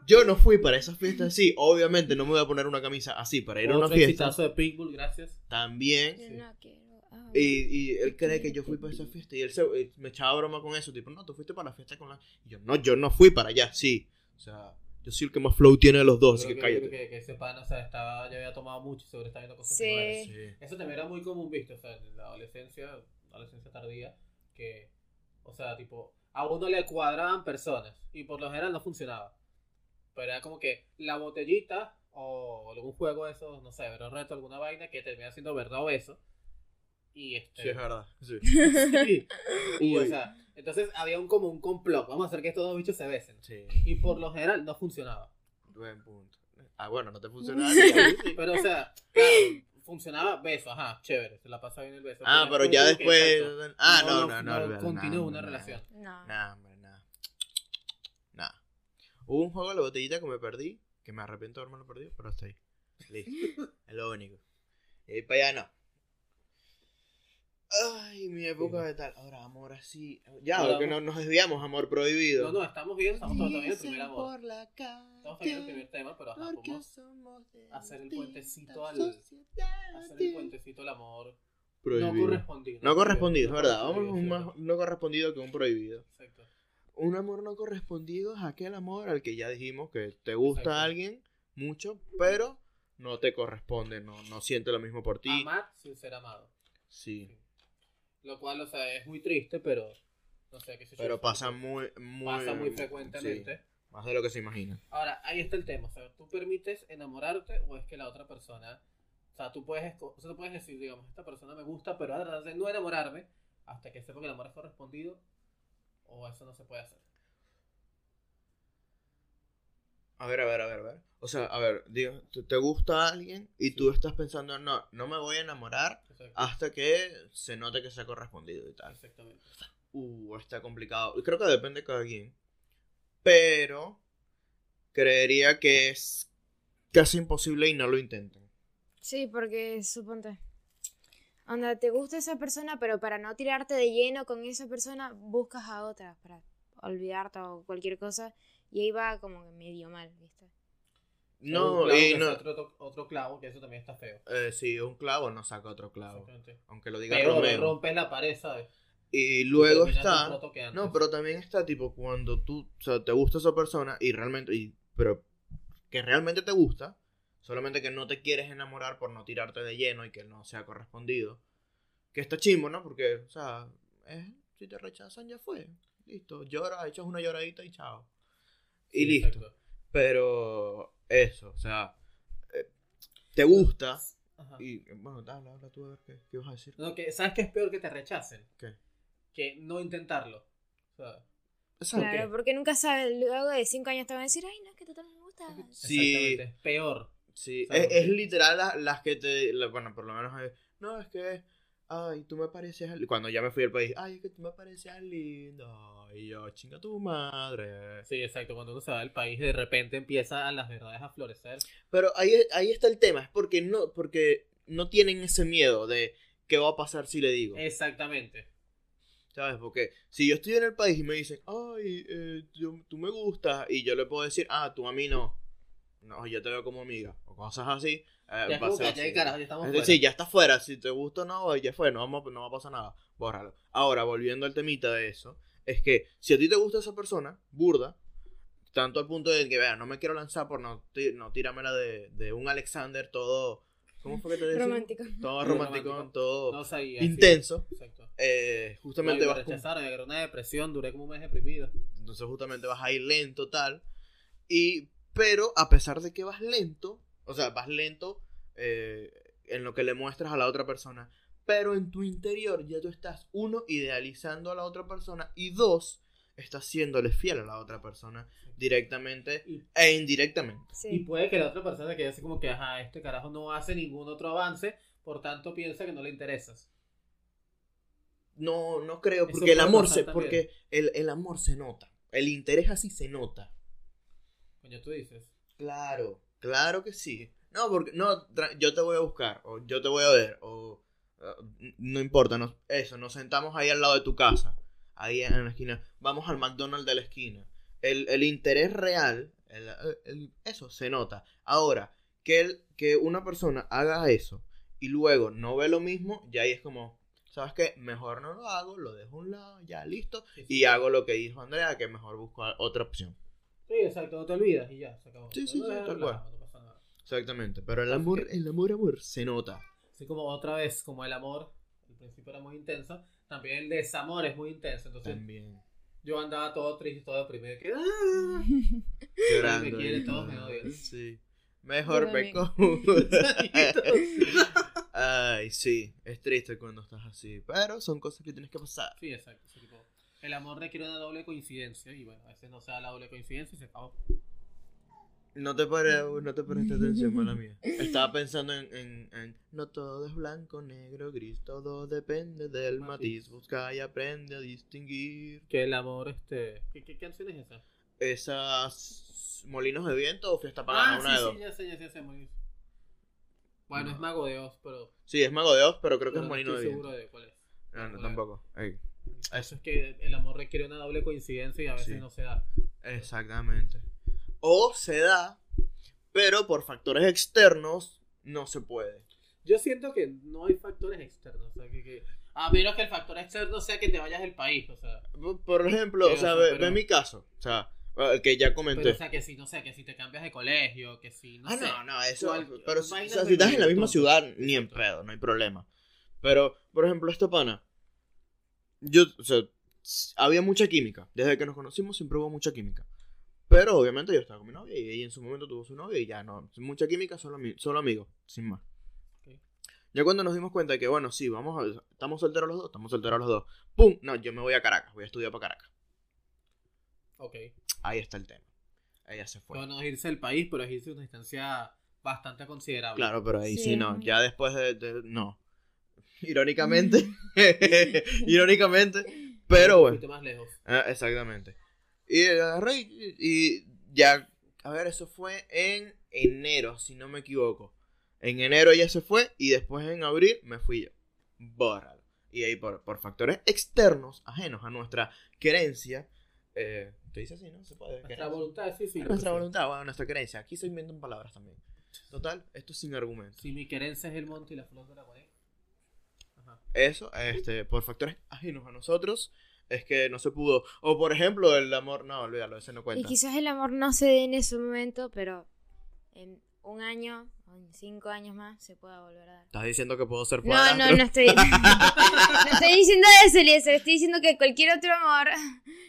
S4: yo no fui para esas fiestas así. Obviamente no me voy a poner una camisa así para ir a
S2: Otro
S4: una fiesta.
S2: exitazo de Pitbull, gracias.
S4: También.
S3: Yo
S2: Sí.
S3: no quiero agua.
S4: Y, y él cree que yo fui para esa fiesta. Y él se- eh, me echaba broma con eso. Tipo, no, tú fuiste para la fiesta con la. Y yo, no, yo no fui para allá, sí. O sea, yo soy el que más flow tiene de los dos, así
S2: Yo
S4: que
S2: creo que,
S4: cállate.
S2: que- que ese pana, o sea, estaba, ya había tomado mucho y seguro estaba viendo cosas
S3: Sí.
S2: que no eran.
S4: Sí.
S2: Eso también era muy común visto, o sea, en la adolescencia, adolescencia tardía, que, o sea, tipo, a uno le cuadraban personas y por lo general no funcionaba. Pero era como que la botellita o algún juego de esos, no sé, verdad o reto, alguna vaina que termina siendo verdad o eso. Y este.
S4: Sí, es verdad. Sí.
S2: sí. Y, o
S4: Uy.
S2: sea, entonces había un como un complot, vamos a hacer que estos dos bichos se besen.
S4: Sí,
S2: Y por lo general no funcionaba.
S4: buen punto. Ah, bueno, no te funcionaba. ni a mí, sí.
S2: Pero, o sea, claro, funcionaba beso, ajá, chévere, se la pasaba bien el beso.
S4: Ah, pero ya
S2: Ok,
S4: después.
S2: exacto.
S4: Ah, no, no, no. olvídalo,
S2: continúa
S4: no,
S2: una
S4: no,
S2: relación.
S3: No.
S4: Nah, hombre, nah. Nah. Hubo un juego de la botellita que me perdí, que me arrepiento de haberme lo perdido, pero hasta ahí. Listo. es lo único. Y ahí para allá no. Ay, mi época
S2: Sí.
S4: de tal. Ahora, amor, así. Ya,
S2: Ahora,
S4: porque no, nos desviamos, amor prohibido.
S2: No, no, estamos bien, estamos todavía en el primer
S4: Dicen
S2: amor.
S4: por la
S2: Estamos todavía en el
S4: calle
S2: primer tema, pero ajá,
S4: porque
S2: vamos
S4: somos de
S2: hacer el
S4: distinta
S2: puentecito al-
S4: sociedad.
S2: a hacer el puentecito al amor. No
S4: Prohibido.
S2: correspondido.
S4: No correspondido, es verdad. Vamos con un
S2: correspondido,
S4: más no correspondido que un prohibido.
S2: ¿cierto? Exacto.
S4: un amor no correspondido es aquel amor al que ya dijimos que te gusta
S2: Exacto.
S4: alguien mucho, pero no te corresponde, no, no siente lo mismo por ti.
S2: Amar sin ser amado.
S4: Sí,
S2: Lo cual, o sea, es muy triste, pero. No sé qué sé yo.
S4: pero pasa muy, muy,
S2: Pasa muy frecuentemente.
S4: sí, más de lo que se imagina.
S2: Ahora, ahí está el tema. O sea, ¿tú permites enamorarte o es que la otra persona... O sea, tú puedes, esco- o sea, tú puedes decir, digamos, esta persona me gusta, pero voy a tratar de no enamorarme hasta que sepa que el amor es correspondido. O eso no se puede hacer.
S4: A ver, a ver, a ver, a ver. O sea, a ver, digo, te- te gusta alguien y tú estás pensando, no, no me voy a enamorar
S2: Exacto.
S4: hasta que se note que se ha correspondido y tal.
S2: Exactamente.
S4: Uh, está complicado. Creo que depende de cada quien. Pero creería que es casi imposible y no lo intenten.
S3: Sí, porque suponte. Onda, te gusta esa persona, pero para no tirarte de lleno con esa persona, buscas a otra para olvidarte o cualquier cosa. Y ahí va como que medio mal, ¿viste?
S2: Un
S4: No,
S2: clavo
S4: y
S2: que
S4: no.
S2: saca Otro, otro clavo, que eso también está feo.
S4: Eh, sí, un clavo no saca otro clavo.
S2: Exactamente.
S4: Aunque lo diga
S2: Pero
S4: Romeo.
S2: rompes la pared, ¿sabes?
S4: Y luego
S2: Terminas
S4: está.
S2: más roto que antes.
S4: No, pero también está tipo cuando tú, o sea, te gusta esa persona y realmente, y, pero que realmente te gusta, solamente que no te quieres enamorar por no tirarte de lleno y que no sea correspondido. Que está chimbo, ¿no? Porque, o sea, es- si te rechazan ya fue. Listo, llora, echas una lloradita y chao. Y
S2: Sí,
S4: listo.
S2: exacto.
S4: Pero eso, o sea, eh, te gusta.
S2: Ajá.
S4: Y bueno, habla, habla tú a ver qué, qué vas a decir.
S2: No, que, ¿Sabes qué es peor que te rechacen?
S4: ¿Qué?
S2: Que no intentarlo. O sea,
S4: Exacto.
S3: Claro, porque nunca sabes, luego de cinco años te van a decir, ay, no, es que tú también me gustas.
S4: Sí.
S2: Exactamente. Peor.
S4: Sí,
S2: ¿Sabes?
S4: es, es literal la- las que te. la- bueno, por lo menos es. No, es que. Ay, tú me pareces. al-". Cuando ya me fui al país. Ay, es que tú me pareces lindo. Y yo, chinga tu madre.
S2: Sí, exacto. Cuando uno se va del país, de repente empiezan las verdades a florecer.
S4: Pero ahí, ahí está el tema. Es porque no, porque no tienen ese miedo de qué va a pasar si le digo.
S2: Exactamente.
S4: ¿Sabes? Porque si yo estoy en el país y me dicen, ay, eh, tú, tú me gustas. Y yo le puedo decir, ah, tú a mí no. no, yo te veo como amiga, o cosas así, eh,
S2: Ya es
S4: va a
S2: como
S4: ser
S2: que ya
S4: así.
S2: carajo, ya estamos
S4: Es
S2: fuera.
S4: decir, ya está fuera, si te gusta o no, pues, ya fue, no, vamos, no va a pasar nada, bórralo. Ahora, volviendo al temita de eso, es que si a ti te gusta esa persona, burda, tanto al punto de que, vea, no me quiero lanzar por no, ti- no tirármela de, de un Alexander todo, ¿cómo fue que te decía?
S3: Romántico.
S4: Todo
S2: Muy
S4: romántico,
S2: romántico.
S4: todo
S2: No sabía. sí.
S4: intenso,
S2: Exacto.
S4: eh, justamente
S2: Justamente me
S4: vas con-
S2: rechazaron, me agarró una depresión, duré como un mes deprimido.
S4: Entonces justamente vas ahí lento, tal. Y, pero a pesar de que vas lento, o sea, vas lento eh, en lo que le muestras a la otra persona, pero en tu interior ya tú estás, uno, idealizando a la otra persona y dos, estás siéndole fiel a la otra persona directamente
S2: Y-
S4: e indirectamente.
S2: Y
S3: Sí.
S2: puede que la otra persona quede así como que, ajá, este carajo no hace ningún otro avance, por tanto piensa que no le interesas.
S4: No, no creo,
S2: Eso
S4: porque el
S2: puede
S4: amor
S2: pasar
S4: se,
S2: también.
S4: porque el, el amor se nota, el interés así se nota.
S2: Coño, tú dices.
S4: Claro, claro que sí. No, porque no, tra- yo te voy a buscar, o yo te voy a ver, o uh, no importa, nos- eso, nos sentamos ahí al lado de tu casa, ahí en la esquina, vamos al McDonald's de la esquina. El, el interés real, el- el- eso se nota. Ahora, que, el- que una persona haga eso y luego no ve lo mismo, ya ahí es como, ¿sabes qué? Mejor no lo hago, lo dejo a un lado, ya listo, y hago lo que dijo Andrea, que mejor busco a- otra opción.
S2: Sí, exacto, no te olvidas y ya, se acabó.
S4: Sí, sí,
S2: No,
S4: sí,
S2: no,
S4: tal
S2: no,
S4: cual.
S2: no pasa nada.
S4: Exactamente, pero el amor, el amor, amor, se nota.
S2: Así como otra vez, como el amor, al principio era muy intenso, también el desamor es muy intenso. Entonces
S4: También.
S2: yo andaba todo triste, todo deprimido. que, "Ah,
S4: Llorando.
S2: Me quiere,
S4: ahí.
S2: todos me odian.
S4: Sí. Mejor
S3: Yo
S4: me
S3: también.
S4: como.
S2: amiguitos".
S4: Ay, sí. Es triste cuando estás así. Pero son cosas que tienes que pasar.
S2: sí, exacto. sí, tipo, el amor requiere una doble coincidencia y bueno, a veces no se da la doble coincidencia y se acabó.
S4: No te, pare, no te prestes atención, mala mía. Estaba pensando en, en, en, No todo es blanco, negro, gris. Todo depende del
S2: Matiz.
S4: matiz. Busca y aprende a distinguir.
S2: Que el amor, este... ¿Qué, qué canción es esa?
S4: ¿Esas. Molinos de viento o fiesta pagana? una de
S2: Ah, sí,
S4: dos.
S2: sí, ya sé, ya sé, ya sé, muy bien. Bueno,
S4: No.
S2: es Mago de Oz, pero...
S4: Sí, es Mago de Oz, pero creo que
S2: pero no
S4: es Molino de
S2: estoy
S4: Viento.
S2: seguro de cuál es.
S4: Ah, No, no,
S2: Bueno.
S4: tampoco. Ey.
S2: Eso es que el amor requiere una doble coincidencia y a veces
S4: Sí.
S2: no se da.
S4: Exactamente. O se da, pero por factores externos no se puede.
S2: Yo siento que no hay factores externos. O sea, que, que- A menos que el factor externo sea que te vayas del país. O sea,
S4: Por- Por ejemplo,
S2: Sí,
S4: o sea,
S2: o sea,
S4: ve,
S2: pero-
S4: ve mi caso, o sea, el que ya comenté.
S2: pero, o sea, que si, no sé, que si te cambias de colegio, que si, no
S4: ah,
S2: sé.
S4: no, no, eso.
S2: cual-
S4: pero o sea,
S2: vainas
S4: si estás en la
S2: del
S4: misma
S2: entonces.
S4: ciudad, ni en pedo, no hay problema. Pero, por ejemplo, esta pana. Yo, o sea, s- había mucha química. Desde que nos conocimos siempre hubo mucha química. Pero obviamente yo estaba con mi novia y ella en su momento tuvo su novia y ya no. Mucha química, solo, ami- solo amigos, sin más.
S2: Ok.
S4: Ya cuando nos dimos cuenta de que, bueno, sí, vamos a, estamos solteros los dos, estamos solteros los dos. ¡Pum! No, yo me voy a Caracas, voy a estudiar para Caracas.
S2: Ok.
S4: Ahí está el tema. Ella se fue.
S2: No, no es irse del país, pero es irse a una distancia bastante considerable.
S4: Claro, pero ahí sí,
S3: Sí,
S4: no.
S3: muy-
S4: Ya después de, de- No. Irónicamente. irónicamente. Pero
S2: Un
S4: bueno.
S2: poquito más lejos.
S4: Ah, exactamente. Y agarré y, y ya. A ver, eso fue en enero, si no me equivoco. En enero ella se fue y después en abril me fui yo. Bórralo. Y ahí por, por factores externos, ajenos a nuestra querencia. Eh, ¿Te dice así, no? Se puede.
S2: Nuestra
S4: querencia.
S2: voluntad, sí, sí.
S4: Sí,
S2: lo
S4: nuestra
S2: que sea.
S4: voluntad, bueno, nuestra creencia. Aquí se inventan palabras también. Total, esto es sin argumentos.
S2: Si mi querencia es el monte y la flor de la pared. Ajá.
S4: Eso, este, por factores ajenos a nosotros, es que no se pudo. O por ejemplo, el amor, no, olvídalo, ese no
S3: Y
S4: cuenta.
S3: quizás el amor no se dé en ese momento, pero en un año o en cinco años más se pueda volver a dar.
S4: Estás diciendo que puedo ser
S3: No, no, no estoy, no estoy diciendo eso, Eliezer. Estoy diciendo que cualquier otro amor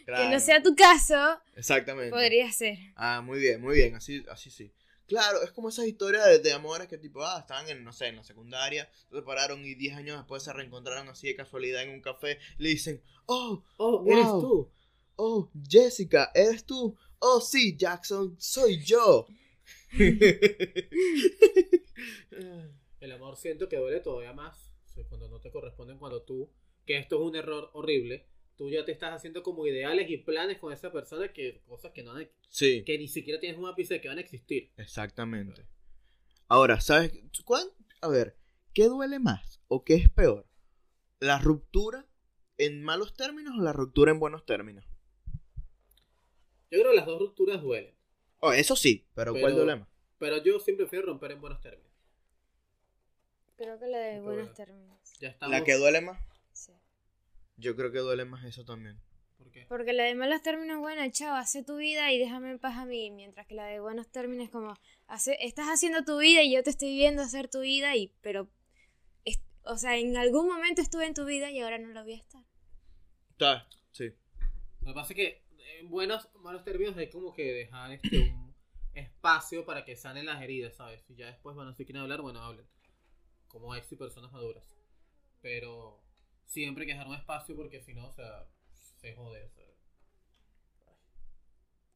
S3: que no sea tu caso
S4: Exactamente.
S3: podría ser.
S4: Ah, muy bien, muy bien, así, así sí. Claro, es como esas historias de, de amores que tipo, ah, estaban en, no sé, en la secundaria, se separaron y 10 años después se reencontraron así de casualidad en un café, le dicen, oh,
S2: Oh,
S4: Wow.
S2: eres tú.
S4: Oh, Jessica, ¿eres tú? Oh, sí, Jackson, soy yo.
S2: El amor siento que duele todavía más o sea, cuando no te corresponden, cuando tú, que esto es un error horrible, tú ya te estás haciendo como ideales y planes con esa persona que cosas que no han- e,
S4: sí,
S2: que ni siquiera tienes un ápice de que van a existir.
S4: exactamente. Ahora, ¿sabes cuán? A ver, ¿qué duele más o qué es peor? ¿La ruptura en malos términos o la ruptura en buenos términos?
S2: Yo creo que las dos rupturas duelen,
S4: Oh, eso sí, pero,
S2: Pero-
S4: ¿cuál duele más?
S2: Pero yo siempre prefiero romper en buenos términos.
S3: Creo que la de
S2: Pero
S3: buenos
S2: bueno.
S3: términos.
S2: Ya estamos.
S4: La que duele más,
S3: Sí.
S4: yo creo que duele más eso también.
S2: ¿Por qué?
S3: Porque la de malos términos, bueno, chao, hace tu vida y déjame en paz a mí. Mientras que la de buenos términos, como, hace, estás haciendo tu vida y yo te estoy viendo hacer tu vida, y pero, es- o sea, en algún momento estuve en tu vida y ahora no lo voy a estar.
S4: Está, sí.
S2: Lo que pasa es que en buenos, malos términos hay como que dejar este, un espacio para que sanen las heridas, ¿sabes? Y ya después, bueno, si quieren hablar, bueno, hablen. Como ex y personas maduras. Pero siempre hay que dejar un espacio porque si no, o sea, se jode. o sea.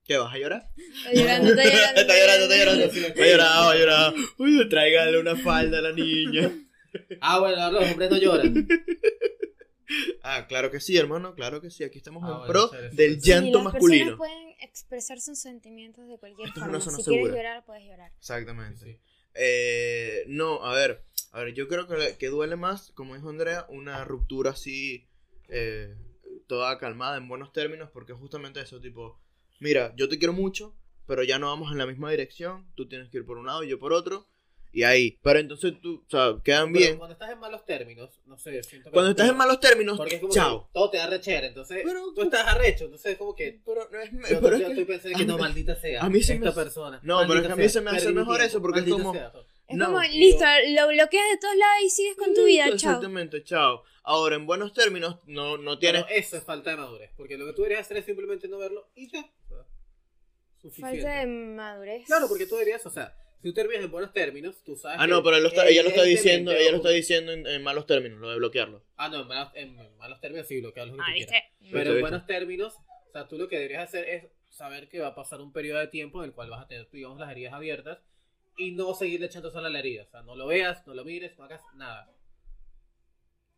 S4: ¿Qué, vas a llorar?
S3: Estoy llorando, estoy llorando.
S4: Está llorando, está llorando.
S2: Sí, sí, sí.
S4: Ha llorado, ha llorado. Uy, tráigale una falda a la niña.
S2: Ah, bueno, los hombres no lloran.
S4: Ah, claro que sí, hermano, claro que sí. Aquí estamos
S2: Ah,
S4: en
S2: bueno,
S4: pro
S2: o sea, eres
S4: del
S2: súper
S3: Sí,
S4: llanto
S3: las
S4: masculino.
S3: personas pueden expresar sus sentimientos de cualquier
S4: Esto es
S3: forma.
S4: una zona
S3: Si
S4: segura.
S3: quieres llorar, puedes llorar.
S2: Sí,
S4: Exactamente.
S2: sí.
S4: Eh, no, a ver, a ver, yo creo que, que duele más, como dijo Andrea, una ruptura así, eh, toda calmada, en buenos términos, porque justamente eso, tipo, mira, yo te quiero mucho, pero ya no vamos en la misma dirección, tú tienes que ir por un lado y yo por otro, y ahí, pero entonces tú, o sea, quedan
S2: Pero
S4: bien.
S2: cuando estás en malos términos, no sé, siento que.
S4: Cuando estás en malos términos,
S2: Porque es como
S4: chao.
S2: que todo te da rechera, entonces
S4: Pero-
S2: tú estás arrecho, entonces es como que.
S4: Pero no es-
S2: Yo, yo
S4: pero es que-
S2: estoy pensando
S4: a
S2: que
S4: mí-
S2: no, maldita sea.
S4: a mí se me
S2: esta
S4: hace-
S2: persona.
S4: No, pero es que a mí
S2: Maldita
S4: se me hace
S2: perdí mi
S4: mejor eso, porque es
S2: maldita
S4: como-
S2: sea.
S3: Es
S4: No.
S3: como, listo, lo bloqueas de todos lados y sigues con tu vida, chao.
S4: Exactamente, chao. Ahora, en buenos términos, no, no tienes...
S2: Pero eso es falta de madurez, porque lo que tú deberías hacer es simplemente no verlo y ya. O sea, Suficiente.
S3: Falta de madurez.
S2: Claro, porque tú deberías, o sea, si tú terminas en buenos términos, tú sabes.
S4: Ah,
S2: que
S4: no, pero él lo está- ella lo está
S2: evidentemente
S4: diciendo,
S2: va
S4: ella
S2: a
S4: lo está
S2: ocurrir.
S4: diciendo en, en malos términos, lo de bloquearlo.
S2: Ah, no, en malos, en- en malos términos sí, bloquearlos. lo
S3: Ah,
S2: que tú
S3: viste.
S2: quieras. Pero en
S4: viste.
S2: buenos términos, o sea, tú lo que deberías hacer es saber que va a pasar un periodo de tiempo en el cual vas a tener, digamos, las heridas abiertas y no seguirle echando sal a la herida. O sea, no lo veas, no lo mires, no hagas nada.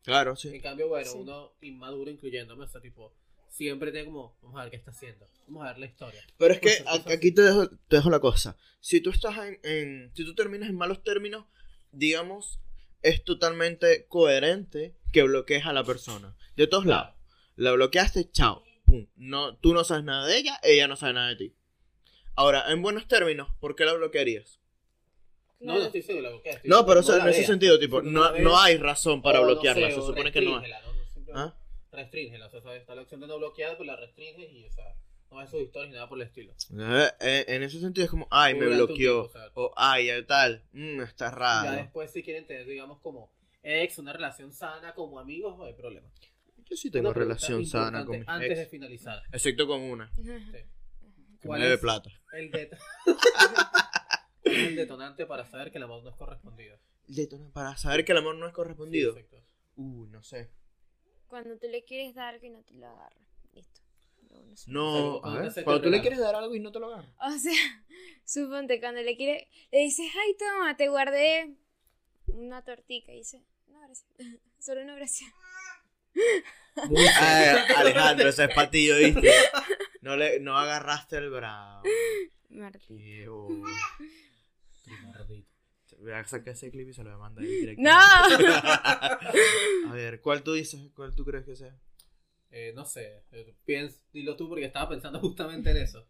S4: Claro,
S2: En
S4: sí.
S2: cambio, bueno,
S3: Sí.
S2: uno inmaduro incluyéndome, o sea, tipo, siempre tiene como, vamos a ver qué está haciendo, vamos a ver la historia.
S4: Pero Pues, es que
S2: Cosas,
S4: a-
S2: cosas.
S4: aquí te dejo, te dejo la cosa. Si tú estás en, en- Si tú terminas en malos términos, digamos, es totalmente coherente que bloquees a la persona. De todos lados. La bloqueaste, chao. Pum. No, tú no sabes nada de ella, ella no sabe nada de ti. Ahora, en buenos términos, ¿por qué la bloquearía?s
S2: No, no estoy seguro de lo que estoy
S4: No, pero o
S2: diciendo, la
S4: sea, en ese
S2: veas.
S4: sentido, tipo,
S2: Si tú
S4: no,
S2: la
S4: no
S2: ves,
S4: hay razón para
S2: o no
S4: bloquearla.
S2: sé,
S4: se
S2: o
S4: supone que no hay.
S2: restríngela, No, Siempre
S4: ¿Ah?
S2: Restríngela, o sea, ¿sabes? está la opción de no bloquear, pues la restringes y, o sea, no ves sus historias ni nada por el estilo.
S4: Eh, eh, en ese sentido es como, ay, me
S2: Durante un
S4: bloqueó.
S2: tiempo, o sea.
S4: O, ay, ya tal. mm, está
S2: Ya
S4: raro.
S2: después, si quieren tener, digamos, como ex, una relación sana, como amigos, no hay problema.
S4: Yo sí tengo
S2: Una pregunta
S4: relación sana con mis
S2: importante Antes de
S4: ex.
S2: finalizar,
S4: Excepto con una,
S3: Ajá.
S4: que
S2: ¿cuál
S4: me debe
S2: es
S4: plata.
S2: el, det- ¿Cuál es el detonante para saber que el amor no es correspondido?
S4: Detona- Para saber que el amor no es correspondido.
S2: Sí, exacto.
S4: Uh, no sé.
S3: Cuando tú le quieres dar algo y no te lo agarra. Listo. Luego no sé.
S4: No,
S2: Cuando
S4: a ver,
S2: se te
S4: cuando tú le
S2: regala.
S4: quieres dar algo y no te lo agarras.
S3: O sea, suponte cuando le quieres, le dices, ay toma, te guardé una tortica. Y dice, no gracias. Solo no gracias.
S4: Ay, Ah, eh, Alejandro, ese es patillo, ¿viste? No, le, no agarraste el bravo.
S3: Martín.
S4: Qué bobo. Voy a sacar ese clip y se lo voy a mandar ahí
S3: No.
S4: directamente. A ver, ¿cuál tú dices? ¿Cuál tú crees que sea?
S2: Eh, no sé, eh, piens, dilo tú porque estaba pensando justamente en eso.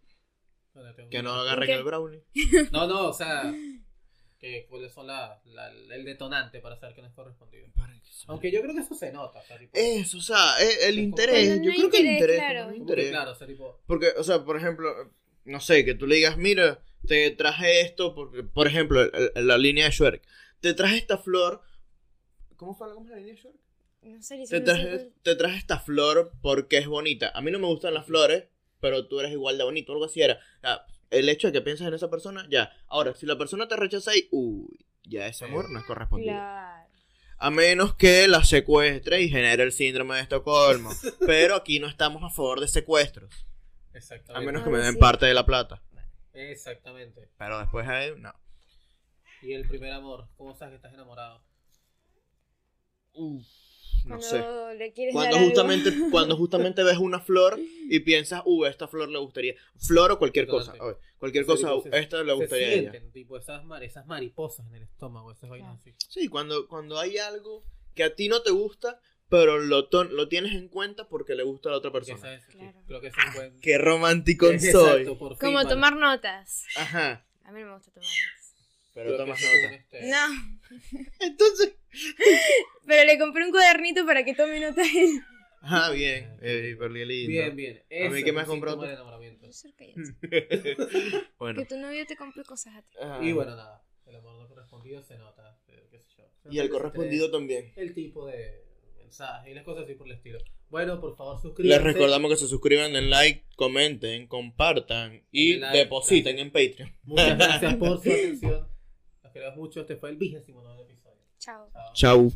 S2: Bueno, tengo
S4: Que
S2: un-
S4: no agarren
S3: Ok.
S4: el brownie.
S2: No, no, o sea, que cuáles son la, la- el detonante para saber que no es correspondido. Aunque yo creo que eso se nota, o sea, tipo,
S4: Eso, o sea, e- el,
S2: como-
S4: interés.
S3: Cuando no
S4: yo
S3: hay
S4: creo que el
S3: interés,
S4: interés.
S3: claro.
S4: cuando no hay
S2: como que Pues
S4: interés.
S2: claro, o sea, tipo,
S4: Porque, o sea, por ejemplo, no sé, que tú le digas, mira, te traje esto, porque, por ejemplo, el- el- la línea de Schwerk. Te traje esta flor. ¿Cómo fue la, cómo es la línea de Schwerk?
S3: No sé, le hice
S4: Te
S3: un
S4: traje,
S3: círculo.
S4: te traje esta flor porque es bonita. A mí no me gustan las flores, pero tú eres igual de bonito, algo así era. O sea, el hecho de que pienses en esa persona, ya. Ahora, si la persona te rechaza y, uy, ya ese amor no es correspondido.
S3: Claro.
S4: A menos que la secuestre y genere el síndrome de Estocolmo. Pero aquí no estamos a favor de secuestros. A
S2: exactamente.
S4: menos que me den
S3: Sí.
S4: parte de la plata.
S2: eh, Exactamente.
S4: Pero después ahí, no.
S2: Y el primer amor, ¿cómo sabes que estás enamorado?
S4: Uf, no
S3: Cuando
S4: sé.
S3: le quieres
S4: Cuando
S3: dar
S4: justamente, cuando justamente ves una flor y piensas, uh, esta flor le gustaría. Flor o cualquier cosa.
S2: Detonante.
S4: oye, cualquier
S2: Sí,
S4: cosa,
S2: pues,
S4: "Uh,
S2: se-
S4: esta le gustaría a
S2: se
S4: ella.
S2: sienten, tipo, esas, mar- esas mariposas en el estómago, esas vainas así.
S4: Sí, cuando, cuando hay algo que a ti no te gusta, pero lo, ton- lo tienes en cuenta porque le gusta a la otra
S2: Que
S4: persona.
S2: esa es-
S3: Claro.
S2: Creo que es un buen...
S4: Qué romántico soy.
S2: Exacto, por fin,
S3: algo. Como
S2: vale.
S3: tomar notas.
S4: Ajá.
S3: A mí no me gusta tomar notas.
S4: Pero
S2: Creo que
S4: tomas
S2: es un,
S4: nota.
S2: este,
S3: No,
S4: Entonces.
S3: pero le compré un cuadernito para que tome nota él.
S4: Ah, bien. Eh, Berlín lindo.
S2: Bien, bien. Eso
S4: mí, ¿qué
S2: es
S4: me has
S2: un
S4: comprado
S2: síntoma
S4: tú?
S2: de enamoramiento.
S4: Mm, bueno.
S3: Que tu novio te compre cosas a ti.
S4: Ah,
S2: Y bueno, nada. El amor no correspondido se nota. eh, qué sé yo.
S4: Y el
S2: este,
S4: correspondido también.
S2: El tipo de mensaje y las cosas así por el estilo. Bueno, por favor, suscríbanse.
S4: Les recordamos que se suscriban, den like, comenten, compartan y
S2: Denle like,
S4: depositen en Patreon.
S2: Muchas gracias por su atención. Los queremos mucho. Este fue el vigésimo noveno episodio.
S3: Chao.
S2: Chao.
S4: Chau.